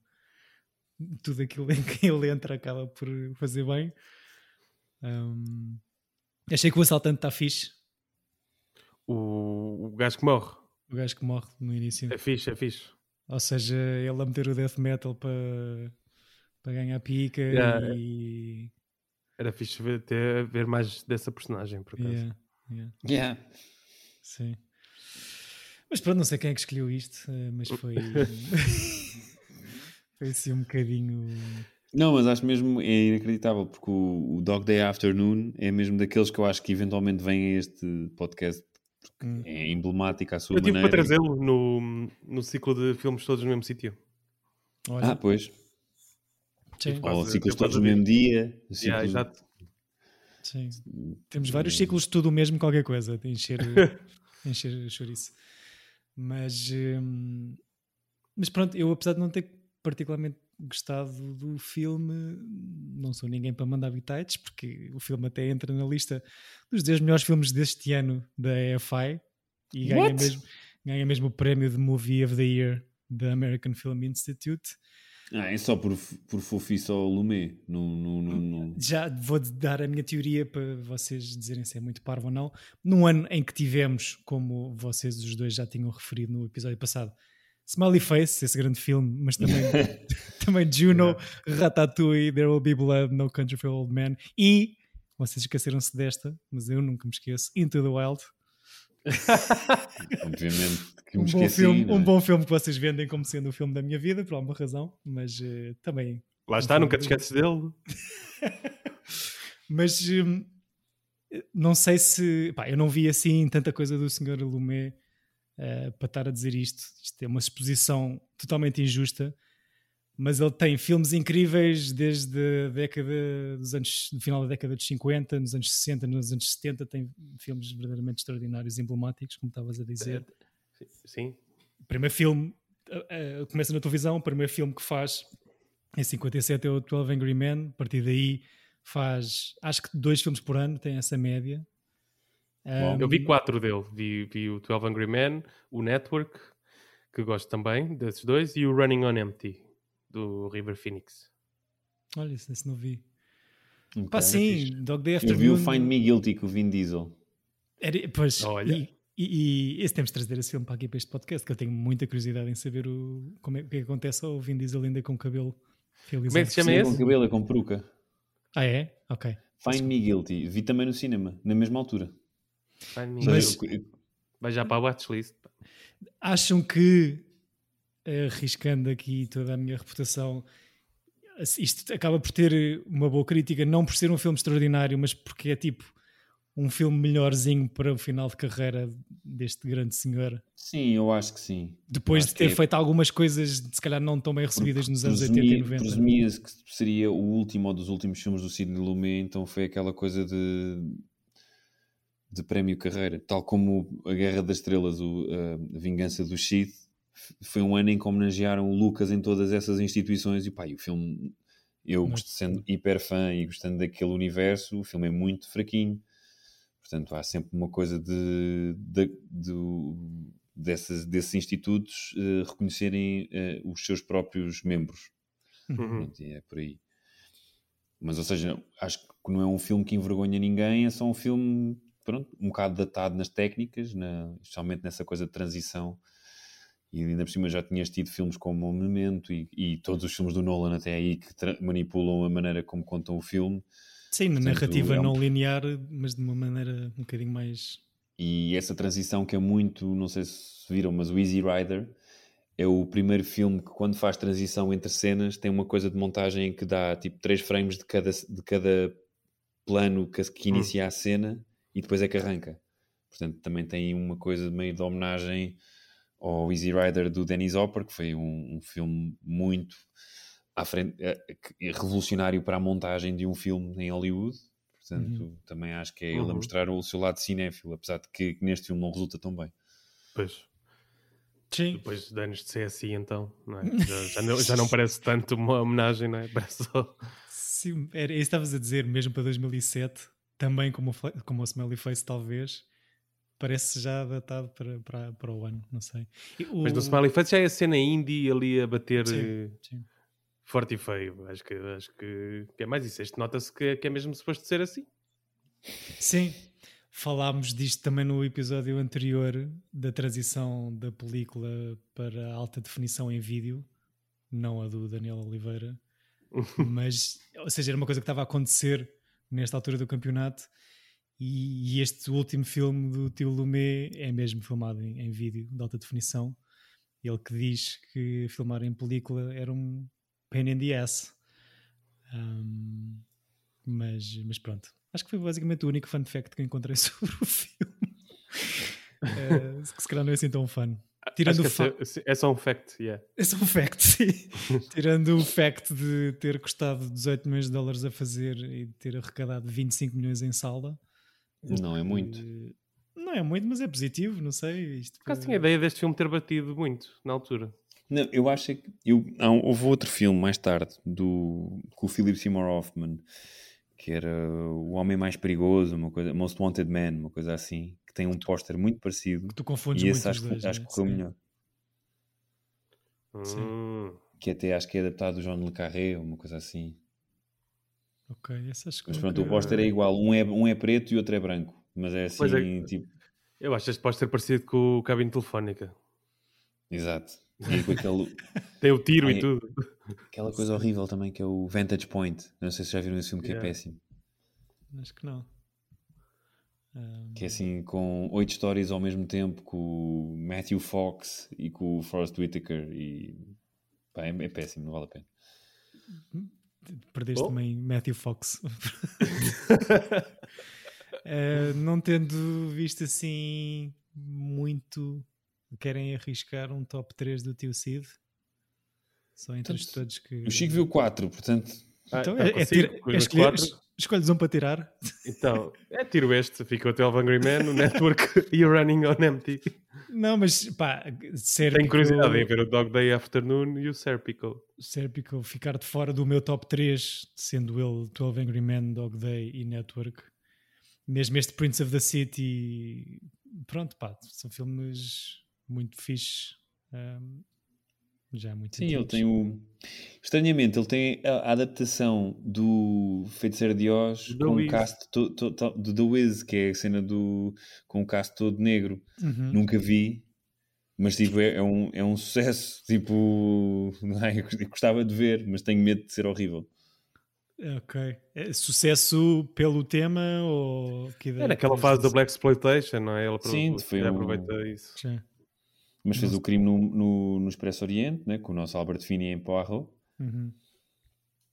Speaker 2: tudo aquilo (laughs) em que ele entra acaba por fazer bem. Ahm, achei que o assaltante está fixe,
Speaker 4: O, o gajo que morre.
Speaker 2: o gajo que morre no início.
Speaker 4: É fixe, é fixe.
Speaker 2: Ou seja, ele a meter o death metal para, para ganhar pica
Speaker 4: Yeah.
Speaker 2: e.
Speaker 4: Era fixe ver, ter- ver mais dessa personagem, por acaso.
Speaker 2: Yeah, yeah,
Speaker 3: Yeah.
Speaker 2: sim. Mas pronto, não sei quem é que escolheu isto, eh, mas
Speaker 4: (laughs)
Speaker 2: foi. (laughs) foi assim um bocadinho.
Speaker 3: Não, mas acho mesmo é inacreditável porque o, o Dog Day Afternoon é mesmo daqueles que eu acho que eventualmente vem a este podcast porque
Speaker 2: Hum.
Speaker 3: é emblemático à sua
Speaker 4: Eu tive
Speaker 3: maneira.
Speaker 4: para trazê-lo no, no ciclo de filmes todos no mesmo sítio.
Speaker 2: Olha,
Speaker 3: Ah, pois.
Speaker 4: Ah,
Speaker 2: sim,
Speaker 3: Ou
Speaker 4: quase-
Speaker 3: ciclos
Speaker 4: eu
Speaker 3: todos
Speaker 4: quase
Speaker 3: no
Speaker 4: vi.
Speaker 3: mesmo dia.
Speaker 4: Yeah,
Speaker 3: ciclos-
Speaker 4: exato.
Speaker 2: sim. Temos vários ciclos de tudo o mesmo, qualquer coisa, de encher, encher chouriço. Mas, hum, mas pronto, eu apesar de não ter particularmente gostado do filme, não sou ninguém para mandar bitites, porque o filme até entra na lista dos 10 melhores filmes deste ano da EFI e ganha
Speaker 3: What?
Speaker 2: mesmo, ganha mesmo o prémio de Movie of the Year da American Film Institute.
Speaker 3: Ah, é só por, f- por fofice ao Lumet. No, no, no, no-
Speaker 2: já vou dar a minha teoria para vocês dizerem se é muito parvo ou não. Num ano em que tivemos, como vocês os dois já tinham referido no episódio passado, Smiley Face, esse grande filme, mas também,
Speaker 3: (laughs)
Speaker 2: também Juno, Ratatouille, There Will Be Blood, No Country for Old Men e, vocês esqueceram-se desta, mas eu nunca me esqueço, Into the Wild.
Speaker 3: Obviamente que me
Speaker 2: Um bom,
Speaker 3: esqueci.
Speaker 2: filme,
Speaker 3: não é?
Speaker 2: um bom filme que vocês vendem como sendo o filme da minha vida, por alguma razão, mas eh, também
Speaker 4: Lá está, nunca te esqueces dele.
Speaker 2: Mas hum, não sei se. pá, eu não vi assim tanta coisa do Sr. Lumet eh, para estar a dizer isto. Isto é uma exposição totalmente injusta. Mas ele tem filmes incríveis desde a década dos anos, no final da década dos 50, nos anos 60, nos anos 70. Tem filmes verdadeiramente extraordinários, emblemáticos, como estavas a dizer.
Speaker 4: Sim.
Speaker 2: O primeiro filme eh, eh, começa na televisão, o primeiro filme que faz em 57 é o 12 Angry Men, a partir daí faz acho que dois filmes por ano, tem essa média.
Speaker 3: Bom.
Speaker 2: Ahm,
Speaker 4: Eu vi quatro dele. Vi, vi o 12 Angry Men, o Network, que gosto também desses dois, e o Running on Empty, do River Phoenix.
Speaker 2: Olha, esse, esse não vi.
Speaker 3: Ok, é
Speaker 2: Pá,
Speaker 3: fixe.
Speaker 2: sim, Dog Day
Speaker 3: Eu vi o
Speaker 2: Afternoon.
Speaker 3: Find Me Guilty com o Vin Diesel.
Speaker 2: Era- pois,
Speaker 4: Olha.
Speaker 2: E, e, e esse temos de trazer esse filme para aqui para este podcast, que eu tenho muita curiosidade em saber o, como é, o que é que acontece ao Vin Diesel ainda com cabelo realizado.
Speaker 4: Como é que se chama
Speaker 3: Sim,
Speaker 4: esse?
Speaker 3: Com cabelo e com peruca.
Speaker 2: Ah, é? Ok.
Speaker 3: Find Me Guilty. Vi também no cinema, na mesma altura.
Speaker 4: Find me.
Speaker 3: Ou
Speaker 2: Mas-
Speaker 3: seja, eu-
Speaker 4: Vai já para a watchlist.
Speaker 2: acham que eh, arriscando aqui toda a minha reputação isto acaba por ter uma boa crítica, não por ser um filme extraordinário, mas porque é tipo um filme melhorzinho para o final de carreira deste grande senhor,
Speaker 3: Sim, eu acho que sim.
Speaker 2: depois
Speaker 3: Acho
Speaker 2: de ter
Speaker 3: que é.
Speaker 2: feito algumas coisas se calhar não tão bem recebidas nos anos 80 e
Speaker 3: Presumi-
Speaker 2: 90.
Speaker 3: Presumia-se que seria o último ou dos últimos filmes do Sidney Lumet, então foi aquela coisa de, de prémio carreira. Tal como a Guerra das Estrelas, o, a Vingança do Sith, f- foi um ano em que homenagearam o Lucas em todas essas instituições e pá, e o filme, eu
Speaker 2: Não.
Speaker 3: gost- sendo hiper fã e gostando daquele universo, o filme é muito fraquinho. Portanto, há sempre uma coisa de, de- do- dessas, desses institutos eh, reconhecerem eh, os seus próprios membros.
Speaker 4: Uhum.
Speaker 3: Pronto, e é por aí. Mas, ou seja, acho que não é um filme que envergonha ninguém, é só um filme, pronto, um bocado datado nas técnicas, na, especialmente nessa coisa de transição. E ainda por cima já tinhas tido filmes como O Momento e, e todos os filmes do Nolan até aí que tra- manipulam a maneira como contam o filme.
Speaker 2: Sim, uma
Speaker 3: Portanto,
Speaker 2: narrativa
Speaker 3: é um-
Speaker 2: não linear, mas de uma maneira um bocadinho mais
Speaker 3: E essa transição que é muito, não sei se viram, mas o Easy Rider é o primeiro filme que quando faz transição entre cenas tem uma coisa de montagem que dá tipo três frames de cada, de cada plano que, que inicia a cena e depois é que arranca. Portanto, também tem uma coisa de meio de homenagem ao Easy Rider do Dennis Hopper, que foi um, um filme muito à frente, eh, que- revolucionário para a montagem de um filme em Hollywood. Portanto, também acho que é ele a
Speaker 4: Uhum.
Speaker 3: mostrar o seu lado cinéfilo, apesar de que neste filme não resulta tão bem.
Speaker 4: Pois.
Speaker 2: Sim.
Speaker 4: Depois de anos de CSI, então, não é? já, já não, já não
Speaker 2: (laughs)
Speaker 4: parece tanto uma homenagem, não é? Parece só.
Speaker 2: Sim, era isso que estavas a dizer, mesmo para 2007, também como, o Fle- como o Smelly Face, talvez, parece já datado para, para, para o ano, não sei. E o-
Speaker 4: Mas no Smiley Face já é a cena indie ali a bater eh,
Speaker 2: Sim, sim.
Speaker 4: forte e feio. Acho que, acho que que é mais isso. Este nota-se que, que é mesmo suposto ser assim.
Speaker 2: Sim, falámos disto também no episódio anterior da transição da película para alta definição em vídeo, não a do Daniel Oliveira,
Speaker 4: (laughs)
Speaker 2: mas, ou seja, era uma coisa que estava a acontecer nesta altura do campeonato. E, e este último filme do Tio Lumet é mesmo filmado em, em vídeo, de alta definição. Ele que diz que filmar em película era um pain in the ass. Ahm, mas, mas pronto. Acho que foi basicamente o único fun fact que encontrei (laughs) sobre o
Speaker 4: (laughs)
Speaker 2: filme. Eh, que se calhar não é assim tão fun. Tirando o
Speaker 4: Acho
Speaker 2: fa-
Speaker 4: que é, só- é só um fact, yeah.
Speaker 2: é só um fact,
Speaker 3: (laughs)
Speaker 2: sim. Tirando o fact de ter custado 18 milhões de dólares a fazer e de ter arrecadado 25 milhões em sala.
Speaker 3: Não é muito.
Speaker 2: eh, Não é muito, mas é positivo, não sei. Isto
Speaker 4: Por acaso é tinha a ideia deste filme ter batido muito na altura.
Speaker 3: Não, eu acho é que. Eu, há um- houve outro filme mais tarde do, com o Philip Seymour Hoffman que era O Homem Mais Perigoso, uma coisa, Most Wanted Man, uma coisa assim, que tem um póster muito parecido.
Speaker 2: Tu confundes
Speaker 3: e
Speaker 2: muito
Speaker 3: esse
Speaker 2: os
Speaker 3: acho, que-
Speaker 2: dois,
Speaker 3: acho
Speaker 2: né?
Speaker 3: que correu
Speaker 2: Sim.
Speaker 3: melhor.
Speaker 4: Hum.
Speaker 3: Que até acho que é adaptado do John Le Carré, uma coisa assim.
Speaker 2: Ok, essas
Speaker 3: Mas
Speaker 2: coisas.
Speaker 3: pronto, o póster é igual. Um é, um é preto e outro é branco. Mas é assim,
Speaker 4: Pois é.
Speaker 3: tipo.
Speaker 4: Eu acho este póster parecido com o cabine telefónica.
Speaker 3: Exato. E com aquele,
Speaker 4: Tem o tiro
Speaker 3: Ai,
Speaker 4: e tudo.
Speaker 3: aquela coisa horrível também que é o Vantage Point. Não sei se já viram esse filme que
Speaker 4: Yeah.
Speaker 3: é péssimo.
Speaker 2: Acho que não. Ah,
Speaker 3: Que é assim, com oito histórias ao mesmo tempo, com o Matthew Fox e com o Forrest Whitaker. E pá, é, é péssimo, não vale a pena.
Speaker 2: perdeste
Speaker 4: Bom.
Speaker 3: Oh.
Speaker 2: também Matthew
Speaker 3: (laughs)
Speaker 2: Fox. (laughs) Eh, não tendo visto assim muito, querem arriscar um top 3 do tio Cid? Só
Speaker 4: Então,
Speaker 2: entre os todos que.
Speaker 3: O Chico viu quatro, portanto,
Speaker 2: Então,
Speaker 4: Ah,
Speaker 2: é,
Speaker 4: tá
Speaker 2: é
Speaker 4: consigo,
Speaker 2: tira-
Speaker 4: com
Speaker 2: é
Speaker 4: os
Speaker 2: escolher-
Speaker 4: quatro.
Speaker 2: es- escolhes um para tirar.
Speaker 4: Então, é tiro este. Fica o 12 Angry Men, o Network e o Running on Empty.
Speaker 2: Não, mas pá, Sérpico,
Speaker 4: Tenho curiosidade em ver o Dog Day Afternoon e o Serpico.
Speaker 2: Sérpico ficar de fora do meu top 3, sendo ele 12 Angry Men, Dog Day e Network. Mesmo este Prince of the City, pronto, pá, são filmes muito fixe. ahm, já muito
Speaker 3: Sim, ele
Speaker 2: antigos.
Speaker 3: tem um o. Estranhamente, ele tem a a adaptação do Feiticeiro de Oz
Speaker 4: The
Speaker 3: com o
Speaker 4: Wiz.
Speaker 3: cast to, to- to- do The Wiz, que é a cena do, com o cast todo negro.
Speaker 2: Uhum.
Speaker 3: Nunca vi, mas tipo, é, é um, é um sucesso. (laughs) Tipo, não é? eu gostava de ver, mas tenho medo de ser horrível.
Speaker 2: Ok. É sucesso pelo tema ou que ideia
Speaker 4: É naquela
Speaker 2: que
Speaker 4: fase
Speaker 2: tens?
Speaker 4: do Black Exploitation, não é? Ele aprove-
Speaker 3: Sim, foi um-
Speaker 4: aproveita isso.
Speaker 2: Sim.
Speaker 3: Mas
Speaker 2: Uhum.
Speaker 3: fez o crime no, no, no Expresso Oriente, né? com o nosso Albert Finney em Poirot. Ou
Speaker 2: Uhum.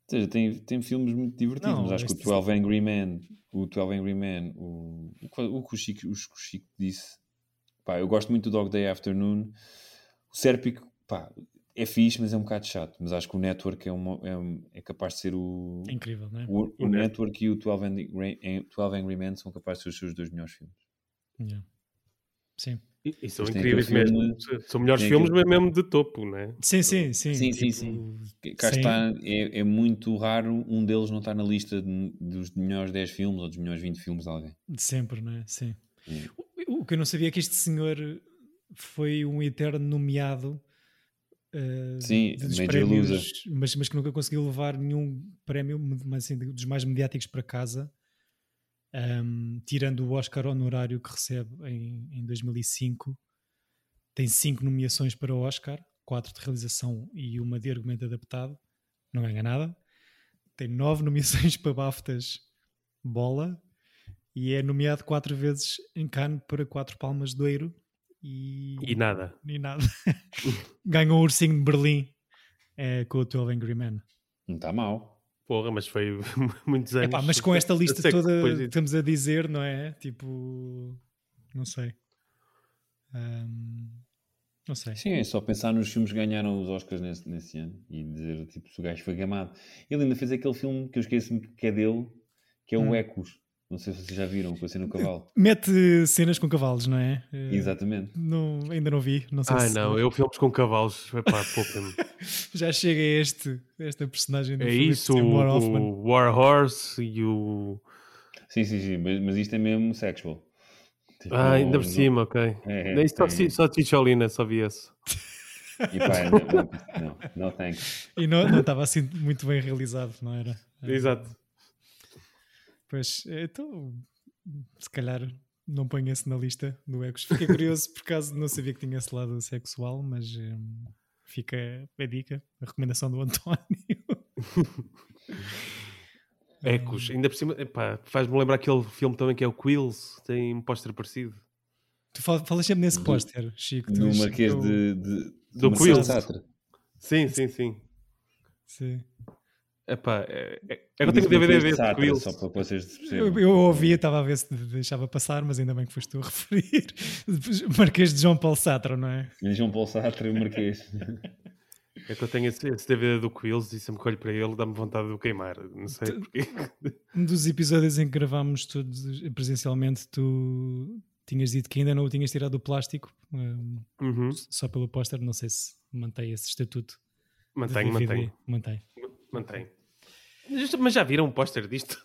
Speaker 3: seja, tem, tem filmes muito divertidos,
Speaker 2: Não,
Speaker 3: mas acho que o
Speaker 2: este-
Speaker 3: 12 Angry Men, o 12 Angry Men, o, o, qual- o que o Chico, os que o Chico disse. Pá, eu gosto muito do Dog Day Afternoon. O Sérpico, pá, é fixe, mas é um bocado chato. Mas acho que o Network é, uma, é, um- é capaz de ser o...
Speaker 2: É incrível, não é?
Speaker 3: O, o
Speaker 4: O Net-
Speaker 3: Network e o 12 Angry, eh, 12 Angry Men são capazes de ser os seus dois melhores filmes.
Speaker 2: Yeah. Sim.
Speaker 4: E, e são
Speaker 3: Mas tem
Speaker 4: incríveis
Speaker 3: aquele
Speaker 4: mesmo.
Speaker 3: filme-
Speaker 4: São melhores
Speaker 3: tem
Speaker 4: filmes,
Speaker 3: aquele-
Speaker 4: mas mesmo de topo, não é?
Speaker 2: Sim, sim, tipo, sim.
Speaker 3: Tipo, Sim, sim, Que- Cá
Speaker 2: Sim.
Speaker 3: está, é, é muito raro um deles não estar na lista de- dos melhores 10 filmes ou dos melhores 20 filmes de alguém.
Speaker 2: De sempre, não é? Sim.
Speaker 3: Sim.
Speaker 2: O, o que eu não sabia é que este senhor foi um eterno nomeado eh,
Speaker 3: Sim,
Speaker 2: dos
Speaker 3: Major
Speaker 2: prémios, mas, mas que nunca conseguiu levar nenhum prémio mas assim, dos mais mediáticos para casa, ahm, tirando o Oscar honorário que recebe em, em 2005. Tem cinco nomeações para o Oscar, quatro de realização e uma de argumento adaptado. Não ganha nada. Tem nove (laughs) nomeações para BAFTAs Bola, e é nomeado quatro vezes em Cannes para quatro palmas de ouro e,
Speaker 4: E nada.
Speaker 2: e nada. (laughs) Ganhou o ursinho de Berlim eh, com o 12 Angry Men.
Speaker 3: Não está mal.
Speaker 4: Porra, mas foi (laughs) muitos anos.
Speaker 2: Epá, mas com esta
Speaker 4: É Eu
Speaker 2: lista
Speaker 4: sei que
Speaker 2: toda
Speaker 4: depois
Speaker 2: que
Speaker 4: disso-
Speaker 2: estamos a dizer, não é? Tipo, não sei. Ahm, não sei.
Speaker 3: Sim, é só pensar nos filmes que ganharam os Oscars nesse, nesse ano e dizer tipo se o gajo foi gamado. Ele ainda fez aquele filme que eu esqueço-me que é dele, que é o
Speaker 2: Hum.
Speaker 3: Ecos. Não sei se vocês já viram, com a
Speaker 4: (laughs)
Speaker 3: cena do cavalo.
Speaker 2: Mete cenas com cavalos, não é? Eh,
Speaker 3: Exatamente.
Speaker 2: Não, ainda não vi. Não sei
Speaker 4: Ai
Speaker 2: se
Speaker 4: Ah, não, eu filmes com cavalos. Epá, (laughs) poupa-me.
Speaker 2: (laughs) já chega a este, esta personagem do
Speaker 4: É
Speaker 2: Philip
Speaker 4: isso,
Speaker 2: Seymour
Speaker 4: o,
Speaker 2: Hoffman.
Speaker 4: o War Horse e o.
Speaker 3: Sim, sim, sim, mas, mas isto é mesmo sexual. Tipo,
Speaker 4: Ah, ainda por
Speaker 3: não-
Speaker 4: cima, ok.
Speaker 3: É,
Speaker 4: Nem só,
Speaker 3: tem-
Speaker 4: ti- só Ticholina, só vi esse.
Speaker 3: E pá, é não, não, não, não thanks.
Speaker 2: E não não estava assim muito bem realizado, não era? Eh,
Speaker 4: Exato.
Speaker 2: Pois, eh, então, se calhar não ponho esse na lista do Ecos. Fiquei curioso, por acaso não sabia que tinha esse lado sexual, mas hum, fica a dica, a recomendação do António. (laughs)
Speaker 4: Ecos, ainda por cima, epá, faz-me lembrar aquele filme também que é o Quills, tem um póster parecido.
Speaker 2: Tu fal- falas sempre nesse póster, Chico. tu
Speaker 3: Do
Speaker 2: és
Speaker 3: Marquês
Speaker 2: Chico,
Speaker 3: de, de,
Speaker 4: Do
Speaker 3: Marcelo
Speaker 4: Quills.
Speaker 3: Sartre.
Speaker 4: Sim, sim, sim.
Speaker 2: Sim.
Speaker 4: Epá, é, é,
Speaker 3: Eu
Speaker 4: eu tenho
Speaker 3: disse
Speaker 4: DVD
Speaker 3: Marquês
Speaker 4: desse
Speaker 3: Sartre,
Speaker 4: Quills.
Speaker 3: Só para vocês
Speaker 2: Eu,
Speaker 3: perceberem.
Speaker 2: eu ouvi, estava a ver se deixava passar, mas ainda bem que foste tu a (laughs) referir. Marquês de João Paulo Sartre, não é?
Speaker 3: Eles vão para o um Sartre e o Marquês.
Speaker 4: É que eu tenho esse, esse DVD do Quills e sempre que olho para ele dá-me vontade de o queimar. Não sei porquê. (laughs)
Speaker 2: Um dos episódios em que gravámos todos presencialmente, tu tinhas dito que ainda não o tinhas tirado do plástico, hum,
Speaker 4: Uhum.
Speaker 2: só pelo póster, não sei se mantém esse estatuto. de
Speaker 4: Mantenho,
Speaker 2: DVD.
Speaker 4: mantenho.
Speaker 2: Mantém.
Speaker 4: Mantenho. Mas- Mas já viram um
Speaker 3: (laughs)
Speaker 4: póster disto?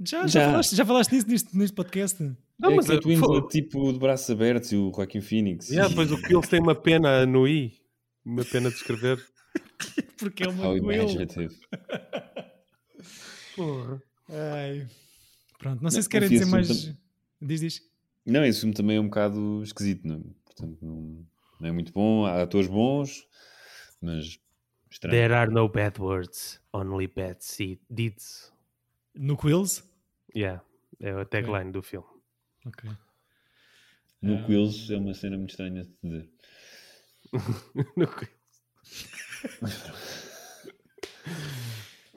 Speaker 2: Já, já.
Speaker 3: Já.
Speaker 2: falaste, já falaste nisso neste, neste podcast?
Speaker 4: (laughs) Não,
Speaker 3: é
Speaker 4: mas
Speaker 3: que
Speaker 4: eu-
Speaker 3: o Twins
Speaker 4: fo-
Speaker 3: é tipo de braços abertos e o Joaquim Phoenix.
Speaker 4: Yeah, pois o Quills tem uma pena no I, uma pena de escrever.
Speaker 2: Porque é uma
Speaker 3: How
Speaker 2: coelha.
Speaker 3: imaginative.
Speaker 2: Ai. Pronto, não sei
Speaker 3: Não,
Speaker 2: se querem dizer
Speaker 3: confia-se um
Speaker 2: mais.
Speaker 3: tam-
Speaker 2: Diz, diz.
Speaker 3: Não, esse filme também é um bocado esquisito, não é? Portanto, não, não é muito bom. Há atores bons, mas estranho.
Speaker 4: are no bad words, only bad deeds.
Speaker 2: No Quills?
Speaker 4: Yeah, é a tagline do filme.
Speaker 2: Ok.
Speaker 3: No Quills é uma cena muito estranha de dizer.
Speaker 4: No Quills.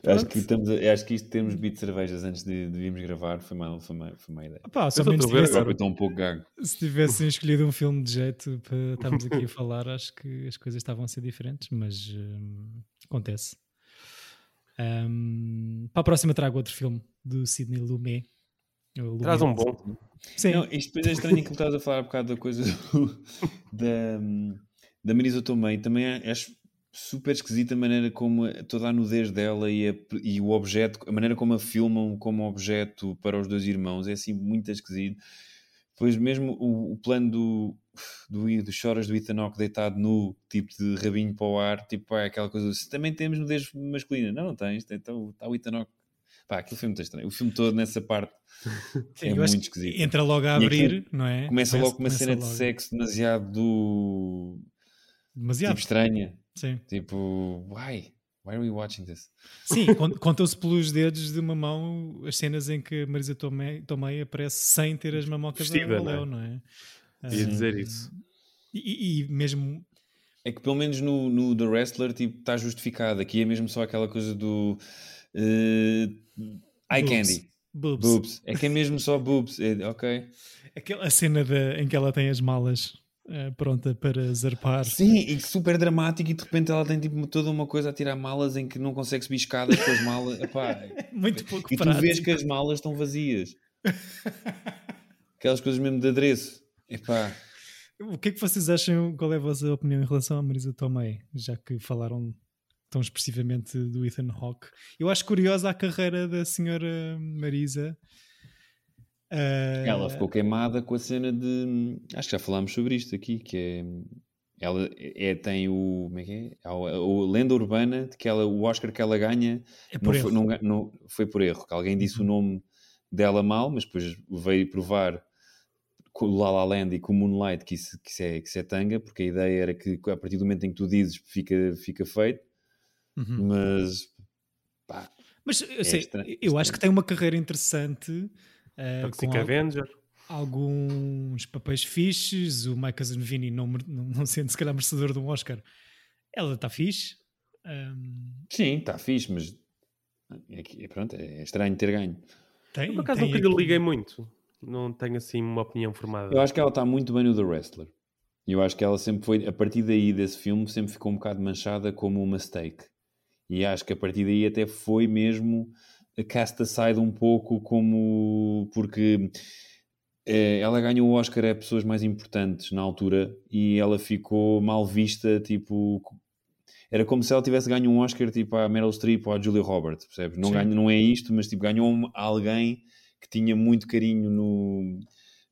Speaker 3: Acho que, estamos a- acho que isto temos bebido cervejas antes de, de virmos gravar. Foi mal, foi mal, foi má ideia.
Speaker 2: Pá, só
Speaker 4: Eu
Speaker 2: menos
Speaker 4: estou
Speaker 3: O
Speaker 4: a ver
Speaker 2: tivesse-
Speaker 3: próprio está um pouco gago.
Speaker 2: se tivessem escolhido um filme de jeito para
Speaker 4: (laughs)
Speaker 2: estarmos aqui a falar, acho que as coisas estavam a ser diferentes, mas hum, acontece. Hum, para a próxima trago outro filme do Sidney Lumet. O Lumet.
Speaker 4: Traz um bom.
Speaker 2: Sim,
Speaker 3: Não, isto depois é estranho aquilo que estás a falar um bocado da coisa do- (laughs) da, da Marisa Tomei. Também a- acho super esquisita a maneira como a- toda a nudez dela e, a- e o objeto, a maneira como a filmam como objeto para os dois irmãos. É assim muito esquisito. Pois mesmo o, o plano do, do, do Choras do Ethan Hawke deitado nu, tipo de rabinho para o ar, tipo pá, aquela coisa se também temos nudez masculina. Não, não tens, tem- então está o Ethan Hawke. Pá, aquilo foi muito estranho. O filme todo nessa parte
Speaker 2: sim,
Speaker 3: é
Speaker 2: eu
Speaker 3: muito
Speaker 2: acho que
Speaker 3: esquisito.
Speaker 2: Entra logo a
Speaker 3: E
Speaker 2: abrir,
Speaker 3: aquilo
Speaker 2: não é?
Speaker 3: Começa logo com uma
Speaker 2: começa
Speaker 3: cena de
Speaker 2: logo.
Speaker 3: sexo demasiado do...
Speaker 2: Demasiado.
Speaker 3: tipo estranha.
Speaker 2: Sim,
Speaker 3: Tipo, why? Why are we watching this?
Speaker 2: sim con- contam-se pelos dedos de uma mão as cenas em que Marisa Tomei, Tomei aparece sem ter as mamocas ao
Speaker 4: Vestida, não é?
Speaker 2: Léo, não é?
Speaker 4: Ia
Speaker 2: Ah,
Speaker 4: dizer isso.
Speaker 2: e- e- e mesmo
Speaker 3: É que pelo menos no, no The Wrestler tipo, está justificado. Aqui é mesmo só aquela coisa do eh, eye
Speaker 2: Boobs.
Speaker 3: candy.
Speaker 2: boobs.
Speaker 3: Boobs. É que é mesmo só boobs. É, ok.
Speaker 2: Aquela cena da- em que ela tem as malas eh, pronta para zarpar.
Speaker 3: Sim, e super dramático e de repente ela tem tipo toda uma coisa a tirar malas em que não consegue subir escadas com as
Speaker 2: (laughs)
Speaker 3: malas. Epá,
Speaker 2: Muito pouco
Speaker 3: e tu
Speaker 2: prático.
Speaker 3: vês que as malas estão vazias.
Speaker 2: (laughs)
Speaker 3: Aquelas coisas mesmo de adereço. Epá.
Speaker 2: O que é que vocês acham? Qual é a vossa opinião em relação à Marisa Tomei? Já que falaram tão expressivamente do Ethan Hawke. Eu acho curiosa a carreira da senhora Marisa. Eh,
Speaker 3: Ela ficou queimada com a cena de. Acho que já falámos sobre isto aqui, que é. Ela é, é- tem o. Como é que é? A, a- a lenda urbana de que ela, o Oscar que ela ganha
Speaker 2: É por
Speaker 3: não foi,
Speaker 2: erro. Uhum.
Speaker 3: não ga- não- foi por erro. Que alguém disse o nome dela mal, mas depois veio provar com o La La Land e com o Moonlight que isso, que isso é, que isso é tanga, porque a ideia era que a partir do momento em que tu dizes fica, fica feito,
Speaker 2: Uhum.
Speaker 3: mas. Pá,
Speaker 2: Mas eu, sei,
Speaker 3: é extra-
Speaker 2: eu
Speaker 3: extra.
Speaker 2: acho que tem uma carreira interessante. eh,
Speaker 4: Toxic
Speaker 2: com al-
Speaker 4: Avenger.
Speaker 2: alguns papéis fixes, o Mike Casanvini não, mer- não, não sendo se calhar merecedor de um Oscar, ela está fixe. Ahm,
Speaker 3: sim, está fixe, mas. É, que- é pronto, é estranho ter ganho.
Speaker 2: tem,
Speaker 4: Eu, por acaso
Speaker 2: tem
Speaker 4: nunca lhe
Speaker 2: aqui-
Speaker 4: liguei muito. Não tenho assim uma opinião formada.
Speaker 3: Eu acho que ela está muito bem no The Wrestler. E Eu acho que ela sempre foi, a partir daí desse filme, sempre ficou um bocado manchada como uma mistake. E acho que a partir daí até foi mesmo cast aside um pouco como porque eh, ela ganhou o Oscar a pessoas mais importantes na altura e ela ficou mal vista, tipo era como se ela tivesse ganho um Oscar tipo à Meryl Streep ou à Julia Roberts, percebes? Não,
Speaker 2: Sim.
Speaker 3: ganho, não é isto, mas tipo ganhou um- alguém que tinha muito carinho no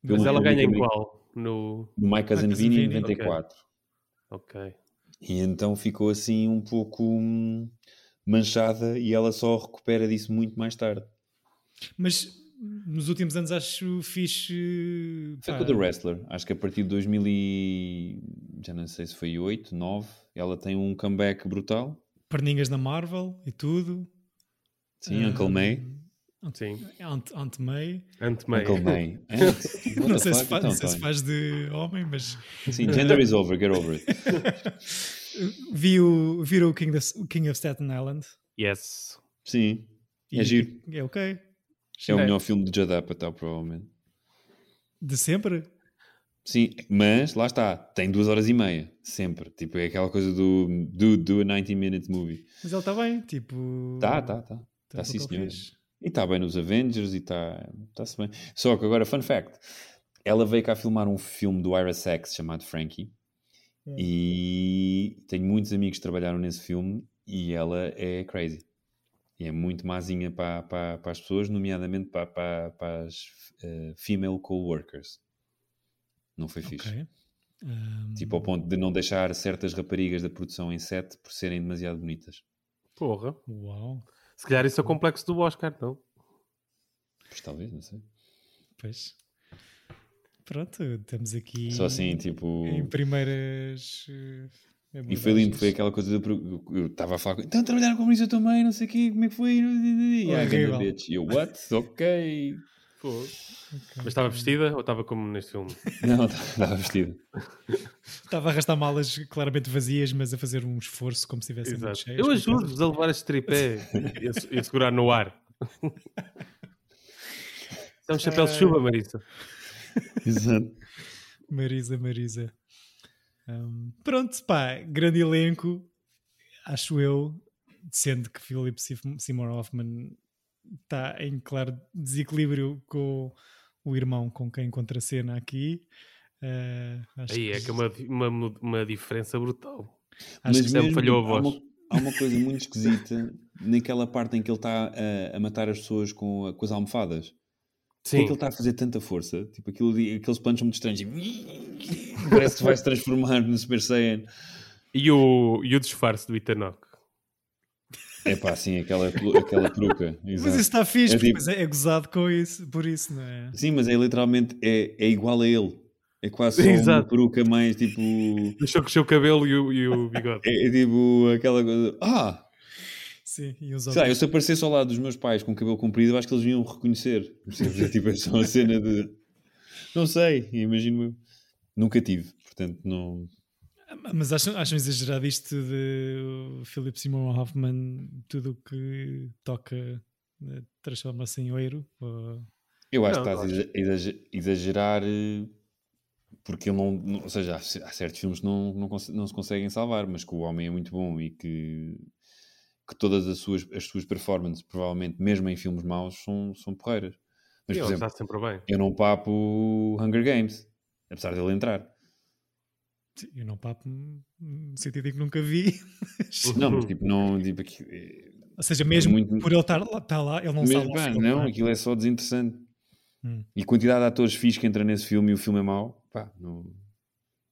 Speaker 3: pelo
Speaker 4: Mas ela
Speaker 3: público
Speaker 4: ganha em
Speaker 3: americano.
Speaker 4: qual? No...
Speaker 3: No Mike Casanvini em
Speaker 2: Casanvini, ok.
Speaker 3: 94.
Speaker 4: Ok.
Speaker 3: E então ficou assim um pouco hum, manchada e ela só recupera disso muito mais tarde.
Speaker 2: Mas nos últimos anos acho fixe.
Speaker 3: Foi
Speaker 2: pá,
Speaker 3: com The Wrestler. Acho que a partir de 2000 e... já não sei se foi 8, 9, ela tem um comeback brutal.
Speaker 2: perninhas na Marvel e tudo. Ah.
Speaker 3: Sim, Uncle May.
Speaker 4: Sim.
Speaker 2: Aunt, Aunt May.
Speaker 4: Ante May.
Speaker 2: (laughs)
Speaker 3: Uncle May. Ant? What
Speaker 2: Não
Speaker 3: the
Speaker 2: sei, se
Speaker 3: fuck,
Speaker 2: faz,
Speaker 3: então,
Speaker 2: não sei se
Speaker 3: Tony?
Speaker 2: faz de homem, mas
Speaker 3: Sim, gender is over, get over it.
Speaker 2: vi o, viram o King, of- King of Staten Island.
Speaker 4: Yes.
Speaker 3: Sim, é giro.
Speaker 2: É ok.
Speaker 3: É o melhor filme de Jadapa, tal, provavelmente.
Speaker 2: De sempre?
Speaker 3: Sim, mas lá está, tem duas horas e meia, sempre. Tipo, é aquela coisa do do, do a 90 minute movie.
Speaker 2: Mas ele está bem, tipo.
Speaker 3: Tá, tá, tá.
Speaker 2: Tanto
Speaker 3: Tá sim,
Speaker 2: que
Speaker 3: senhora.
Speaker 2: ele fez.
Speaker 3: E está bem nos Avengers e está tá-se bem. Só que agora, fun fact: ela veio cá filmar um filme do Iris X chamado Frankie.
Speaker 2: Hum.
Speaker 3: E tenho muitos amigos que trabalharam nesse filme e ela é crazy. E é muito mazinha para, para, para as pessoas, nomeadamente para, para, para as eh, female co-workers. Não foi fixe.
Speaker 2: Ok. Ahm,
Speaker 3: Tipo, ao ponto de não deixar certas raparigas da produção em set por serem demasiado bonitas.
Speaker 4: Porra.
Speaker 2: Uau,
Speaker 4: Se calhar isso é o complexo do Oscar, não?
Speaker 3: Pois talvez, não sei.
Speaker 2: pois. Pronto, estamos aqui.
Speaker 3: Só assim, tipo.
Speaker 2: Em primeiras. eh,
Speaker 3: E foi lindo,
Speaker 2: abordagens.
Speaker 3: foi aquela coisa de. pro- Eu estava a falar com. Então trabalharam com isso eu também, não sei o quê, como é que foi? E a
Speaker 2: Horrível.
Speaker 3: ganda bitch. E eu, what?
Speaker 4: (laughs)
Speaker 3: Ok.
Speaker 4: Mas estava vestida ou estava como neste filme?
Speaker 3: Não, (laughs) estava vestido.
Speaker 2: Estava a arrastar malas claramente vazias, mas a fazer um esforço como se estivessem muito
Speaker 4: Exato.
Speaker 2: cheias.
Speaker 4: Eu
Speaker 2: com
Speaker 4: ajudo-vos a levar este (laughs) tripé e a se- e a segurar no
Speaker 2: (laughs)
Speaker 4: ar. Isso É um chapéu de chuva, Marisa.
Speaker 3: Exato.
Speaker 2: aquela- Marisa, Marisa. Ahm, pronto, pá, grande elenco, acho eu, sendo que Philip Sif- Seymour Hoffman está em claro desequilíbrio com o irmão com quem encontra a cena aqui. Ah, acho
Speaker 4: Aí é que é uma, uma, mu- uma diferença brutal.
Speaker 2: Acho
Speaker 4: que sempre falhou a
Speaker 3: há
Speaker 4: voz.
Speaker 3: uma, há uma coisa muito esquisita naquela parte em que ele está a, a matar as pessoas com, a- com as almofadas. Sim.
Speaker 4: Sim,
Speaker 3: Porque ele está a fazer tanta força, tipo aquilo, de- aqueles punch muito estranhos. tipo, (laughs) Parece que vai se transformar no Super Saiyan.
Speaker 4: e o, e o disfarce do Itanok.
Speaker 3: É pá, assim, aquela, aquela peruca.
Speaker 2: Mas
Speaker 3: Exato.
Speaker 2: isso está fixe,
Speaker 3: É
Speaker 2: porque
Speaker 3: tipo-
Speaker 2: depois é, é gozado com isso, por isso, não é?
Speaker 3: Sim, mas é literalmente é, é igual a ele. É quase só uma
Speaker 4: Exato.
Speaker 3: peruca mais tipo.
Speaker 4: Deixou crescer o cabelo e o, e o bigode.
Speaker 3: É, é tipo aquela coisa. Ah!
Speaker 2: Sim, e os
Speaker 3: Sei lá, eu se aparecesse ao lado dos meus pais com o cabelo comprido, eu acho que eles vinham reconhecer. Percebes? É tipo, é só uma cena de. Não sei, imagino eu. Nunca tive, portanto não.
Speaker 2: Mas acham, acham exagerado isto de o Philip Seymour Hoffman, tudo o que toca eh, transforma-se em ouro? Ou-
Speaker 3: Eu acho
Speaker 4: Não,
Speaker 3: que estás a
Speaker 4: acho.
Speaker 3: exa- exager- exagerar eh, porque ele não, não- Ou seja, há, ce- há certos filmes que não, não, conse- não se conseguem salvar, mas que o homem é muito bom e que, que todas as suas, as suas performances, provavelmente mesmo em filmes maus, são, são porreiras. Mas,
Speaker 4: E
Speaker 3: por
Speaker 4: ele está
Speaker 3: exemplo,
Speaker 4: sempre bem.
Speaker 3: eu não papo Hunger Games, apesar dele entrar.
Speaker 2: Eu não papo no sentido em que nunca vi. mas-
Speaker 3: Não, mas tipo, não. Tipo, aqui- eh,
Speaker 2: Ou seja, mesmo
Speaker 3: muito-
Speaker 2: por ele estar lá, estar lá ele não
Speaker 3: mesmo,
Speaker 2: sabe.
Speaker 3: pá, não, aquilo é só desinteressante.
Speaker 2: Hum.
Speaker 3: E quantidade de atores fixos que entra nesse filme e o filme é mau, pá, não...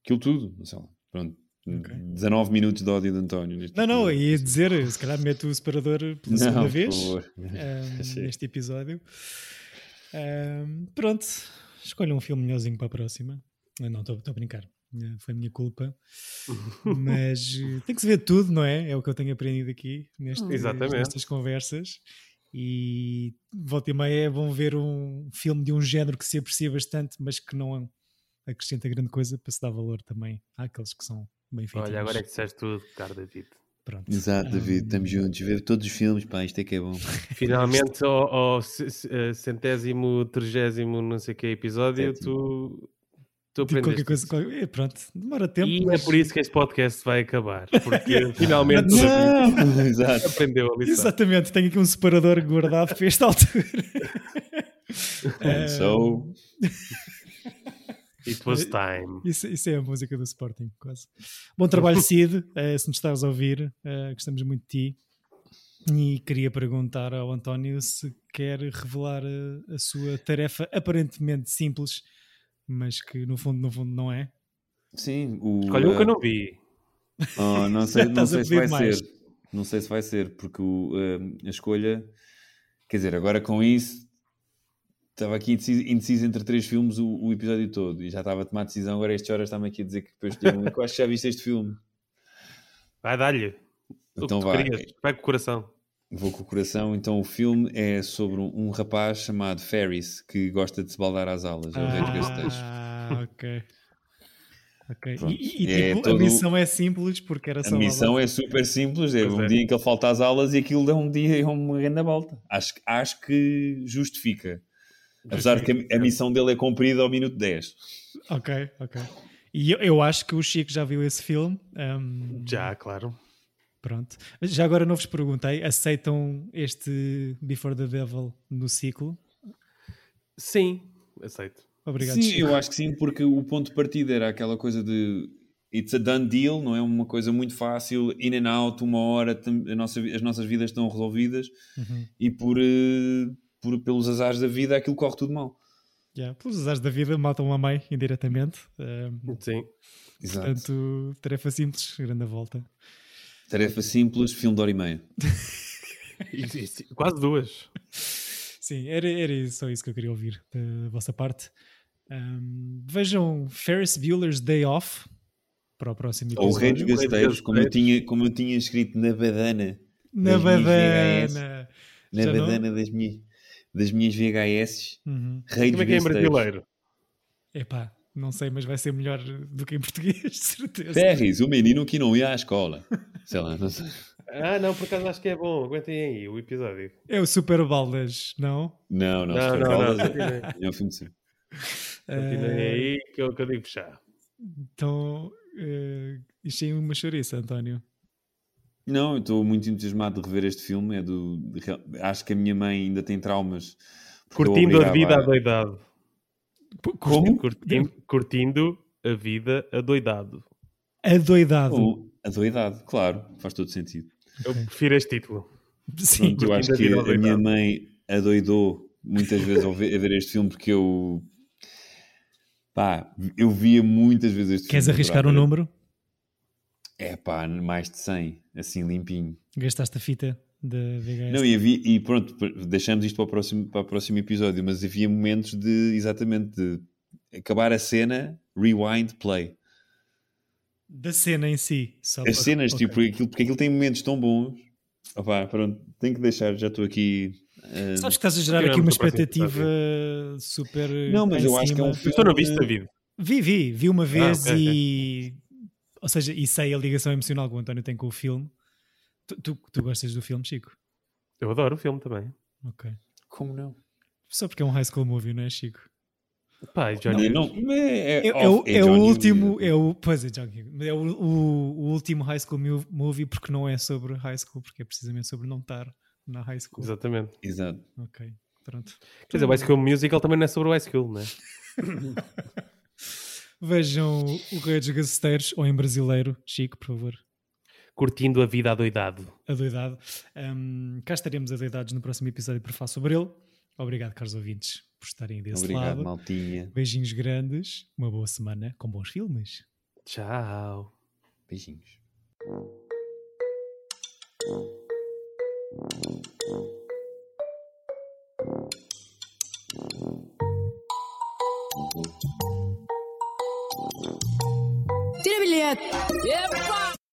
Speaker 3: aquilo tudo, não sei lá. Pronto,
Speaker 2: Ok.
Speaker 3: 19 minutos de ódio de António. neste
Speaker 2: Não, não,
Speaker 3: episódio. (laughs)
Speaker 2: ia dizer, se calhar meto o separador pela
Speaker 3: Não,
Speaker 2: segunda
Speaker 3: por
Speaker 2: vez É.
Speaker 3: favor.
Speaker 4: (laughs)
Speaker 2: ahm,
Speaker 3: Sim.
Speaker 2: neste episódio. Ahm, pronto, escolha um filme melhorzinho para a próxima. Ah, Não, estou estou a brincar, Eh, foi minha
Speaker 4: (laughs)
Speaker 2: culpa. Mas eh, tem que se ver tudo, não é? É o que eu tenho aprendido aqui neste,
Speaker 4: Exatamente.
Speaker 2: nestas conversas. E volta e meia é bom ver um filme de um género que se aprecia bastante, mas que não acrescenta grande coisa para se dar valor também àqueles que são bem feitos.
Speaker 4: Olha, agora é que disseste tudo, cara, David.
Speaker 2: Pronto.
Speaker 3: Exato, David, estamos juntos. Vê todos os filmes, pá, isto é que
Speaker 2: (laughs)
Speaker 3: é bom.
Speaker 4: Finalmente, ao, ao c- c- eh, centésimo, trigésimo, não sei que é episódio,
Speaker 3: Sétimo.
Speaker 4: tu Tu
Speaker 2: Tipo,
Speaker 4: aprendeste.
Speaker 2: qualquer coisa, qualquer- é, pronto, demora tempo.
Speaker 4: E
Speaker 2: mas-
Speaker 4: é por isso que este podcast vai acabar.
Speaker 2: (laughs)
Speaker 4: Porque finalmente o
Speaker 2: Não!
Speaker 4: David
Speaker 3: (laughs) Exato.
Speaker 4: aprendeu a
Speaker 3: é.
Speaker 4: lição.
Speaker 2: Exatamente, tenho aqui um separador guardado para esta
Speaker 3: (laughs)
Speaker 2: altura.
Speaker 3: And
Speaker 2: Eh,
Speaker 3: É, so-
Speaker 4: It was time.
Speaker 2: Isso, isso é a música do Sporting, quase. Bom
Speaker 3: (laughs)
Speaker 2: trabalho, Cid. eh, se nos estás a ouvir, eh, gostamos muito de ti. E queria perguntar ao António se quer revelar eh, a, sua tarefa aparentemente simples, mas que no fundo, no fundo, não é.
Speaker 3: Sim, o.
Speaker 4: Escolhe um que eu
Speaker 3: eh,
Speaker 4: não vi.
Speaker 3: Oh, não sei,
Speaker 2: (laughs) Já
Speaker 3: não
Speaker 2: estás a
Speaker 3: sei se
Speaker 2: pedir
Speaker 3: vai
Speaker 2: mais.
Speaker 3: ser. Não sei se vai ser, porque o, hum, a escolha. Quer dizer, agora com isso. Estava aqui indeciso, indeciso entre três filmes o, o episódio todo e já estava a tomar decisão. Agora, a estas horas, está-me aqui a dizer que depois escolher um. Eu acho que já viste este
Speaker 2: (laughs)
Speaker 3: filme.
Speaker 4: Vai dar-lhe. O que
Speaker 3: Então
Speaker 4: tu
Speaker 3: vá.
Speaker 4: querias. Vai com o coração.
Speaker 3: Vou com o coração. Então, o filme é sobre um, um rapaz chamado Ferris que gosta de se baldar às aulas. É o rei do gacetejo.
Speaker 2: Ah, ok. Ok.
Speaker 3: Pronto.
Speaker 2: E, e,
Speaker 3: É
Speaker 2: tipo, a
Speaker 3: todo-
Speaker 2: missão é simples porque era só
Speaker 3: A
Speaker 2: uma
Speaker 3: missão
Speaker 2: volta.
Speaker 3: é super simples, é
Speaker 4: Pois
Speaker 3: um
Speaker 4: é.
Speaker 3: dia em que ele falta às aulas e aquilo dá um dia é uma grande volta. Acho, que- acho que justifica. Apesar de que a, a missão dele é cumprida ao minuto 10.
Speaker 2: Ok, ok. E eu, eu acho que o Chico já viu esse filme. ahm,
Speaker 4: Já, claro.
Speaker 2: Pronto. Já agora não vos perguntei, aceitam este Before the Devil no ciclo?
Speaker 4: Sim, aceito.
Speaker 2: Obrigado,
Speaker 3: sim,
Speaker 2: Chico.
Speaker 3: eu acho que sim, porque o ponto de partida era aquela coisa de it's a done deal, não é uma coisa muito fácil, in and out, uma hora, tam- a nossa vi- as nossas vidas estão resolvidas
Speaker 2: Uhum.
Speaker 3: e por, eh, por- pelos azares da vida aquilo corre tudo mal.
Speaker 2: Yeah, Pelos azares da vida, matam a mãe indiretamente. Ahm,
Speaker 4: Sim.
Speaker 3: Exato.
Speaker 2: portanto, tarefa simples, grande volta.
Speaker 3: Tarefa simples, filme de hora e meia.
Speaker 4: E- e- Quase duas.
Speaker 2: Sim, era, era só isso que eu queria ouvir da vossa parte. Ahm, vejam Ferris Bueller's Day Off para o próximo
Speaker 3: Ou
Speaker 2: episódio.
Speaker 3: É o Rei dos
Speaker 4: Rei dos
Speaker 3: Gasteiros, como, eu
Speaker 4: Gasteiros.
Speaker 3: tinha- como eu tinha escrito na badana.
Speaker 2: Na
Speaker 3: das minhas VHS.
Speaker 2: badana.
Speaker 3: é na
Speaker 4: é
Speaker 2: Já não?
Speaker 3: badana é das minhas, das minhas VHS,
Speaker 2: Uhum.
Speaker 3: rei
Speaker 4: Como é
Speaker 3: dos
Speaker 4: que é em
Speaker 3: gangsters.
Speaker 4: brasileiro?
Speaker 2: Epá, não sei, mas vai ser melhor do que em português, (laughs) de certeza.
Speaker 3: Ferris, o menino que não ia à escola. Sei lá, não sei.
Speaker 4: Ah, não, por acaso acho que é bom. Aguentem aí o episódio.
Speaker 2: É o Super Baldas, não?
Speaker 3: Não, não, não,
Speaker 4: Não,
Speaker 3: não,
Speaker 4: não, não.
Speaker 3: É um filme de sempre.
Speaker 4: Continuem
Speaker 2: Eh,
Speaker 4: aí que é o que eu digo já.
Speaker 2: Então, uh, enchei uma chouriça, António.
Speaker 3: Não, eu estou muito entusiasmado de rever este filme. É do, de real- acho que a minha mãe ainda tem traumas. porque eu
Speaker 4: Curtindo a
Speaker 3: obrigava
Speaker 4: vida
Speaker 3: a-
Speaker 4: adoidado.
Speaker 3: Como?
Speaker 4: Curtindo, curtindo a vida adoidado.
Speaker 2: Adoidado.
Speaker 3: Com Oh, a doidade, claro, faz todo sentido.
Speaker 4: Eu prefiro este título.
Speaker 2: Sim.
Speaker 3: Pronto, eu acho
Speaker 4: curtindo a
Speaker 3: que
Speaker 4: vida
Speaker 3: a minha
Speaker 4: adoidado.
Speaker 3: mãe adoidou muitas vezes ao ver, a ver este filme porque eu. Pá, eu via muitas vezes este
Speaker 2: Queres
Speaker 3: filme.
Speaker 2: arriscar um
Speaker 3: Adorava.
Speaker 2: número?
Speaker 3: É pá, mais de 100, assim limpinho.
Speaker 2: Gastaste a fita da VHS.
Speaker 3: Não, e, havia, e pronto, pr- deixamos isto para o, próximo, para o próximo episódio, mas havia momentos de, exatamente, de acabar a cena, rewind, play.
Speaker 2: Da cena em si. Só
Speaker 3: As
Speaker 2: para-
Speaker 3: cenas,
Speaker 2: Ah, ok.
Speaker 3: tipo, aquilo, porque aquilo tem momentos tão bons. Opá, pronto, tenho que deixar, já estou aqui. ah,
Speaker 2: Sabes que estás a gerar
Speaker 4: Eu
Speaker 2: aqui
Speaker 4: não
Speaker 2: uma
Speaker 4: estou para ti,
Speaker 2: expectativa super.
Speaker 3: Não, mas
Speaker 2: cá em
Speaker 3: eu acho que é um
Speaker 2: cima.
Speaker 4: Mas tu não viste, David?
Speaker 2: Vi, vi, vi uma vez
Speaker 4: Ah, ok, ok.
Speaker 2: e. Ou seja, e sei a ligação emocional que o António tem com o filme. Tu, tu, tu gostas do filme, Chico?
Speaker 4: Eu adoro o filme também.
Speaker 2: Ok.
Speaker 3: Como não?
Speaker 2: Só porque é um high school movie, não é, Chico?
Speaker 4: Pá, e Johnny
Speaker 3: Não, não, mas é,
Speaker 2: É, é o,
Speaker 3: off-
Speaker 2: é o
Speaker 3: Johnny
Speaker 2: último,
Speaker 3: Depp.
Speaker 2: é o, pois é, John Hughes, mas é o, o- o último High School Mu- Movie porque não é sobre High School, porque é precisamente sobre não estar na High School.
Speaker 4: Exatamente.
Speaker 3: Exato.
Speaker 2: Ok, pronto.
Speaker 4: Quer dizer, o High School Musical também não é sobre o High School, né?
Speaker 2: Vejam o Rei dos Gaceteiros, ou em brasileiro, Chico, por favor,
Speaker 4: Curtindo a vida adoidado.
Speaker 2: adoidado. Hum, cá estaremos adoidados no próximo episódio para falar sobre ele. Obrigado, caros ouvintes, por estarem desse
Speaker 3: Obrigado,
Speaker 2: lado.
Speaker 3: maltinha.
Speaker 2: Beijinhos grandes, uma boa semana com bons filmes.
Speaker 4: Tchau.
Speaker 3: Beijinhos.
Speaker 11: Tira bilhete! Epa!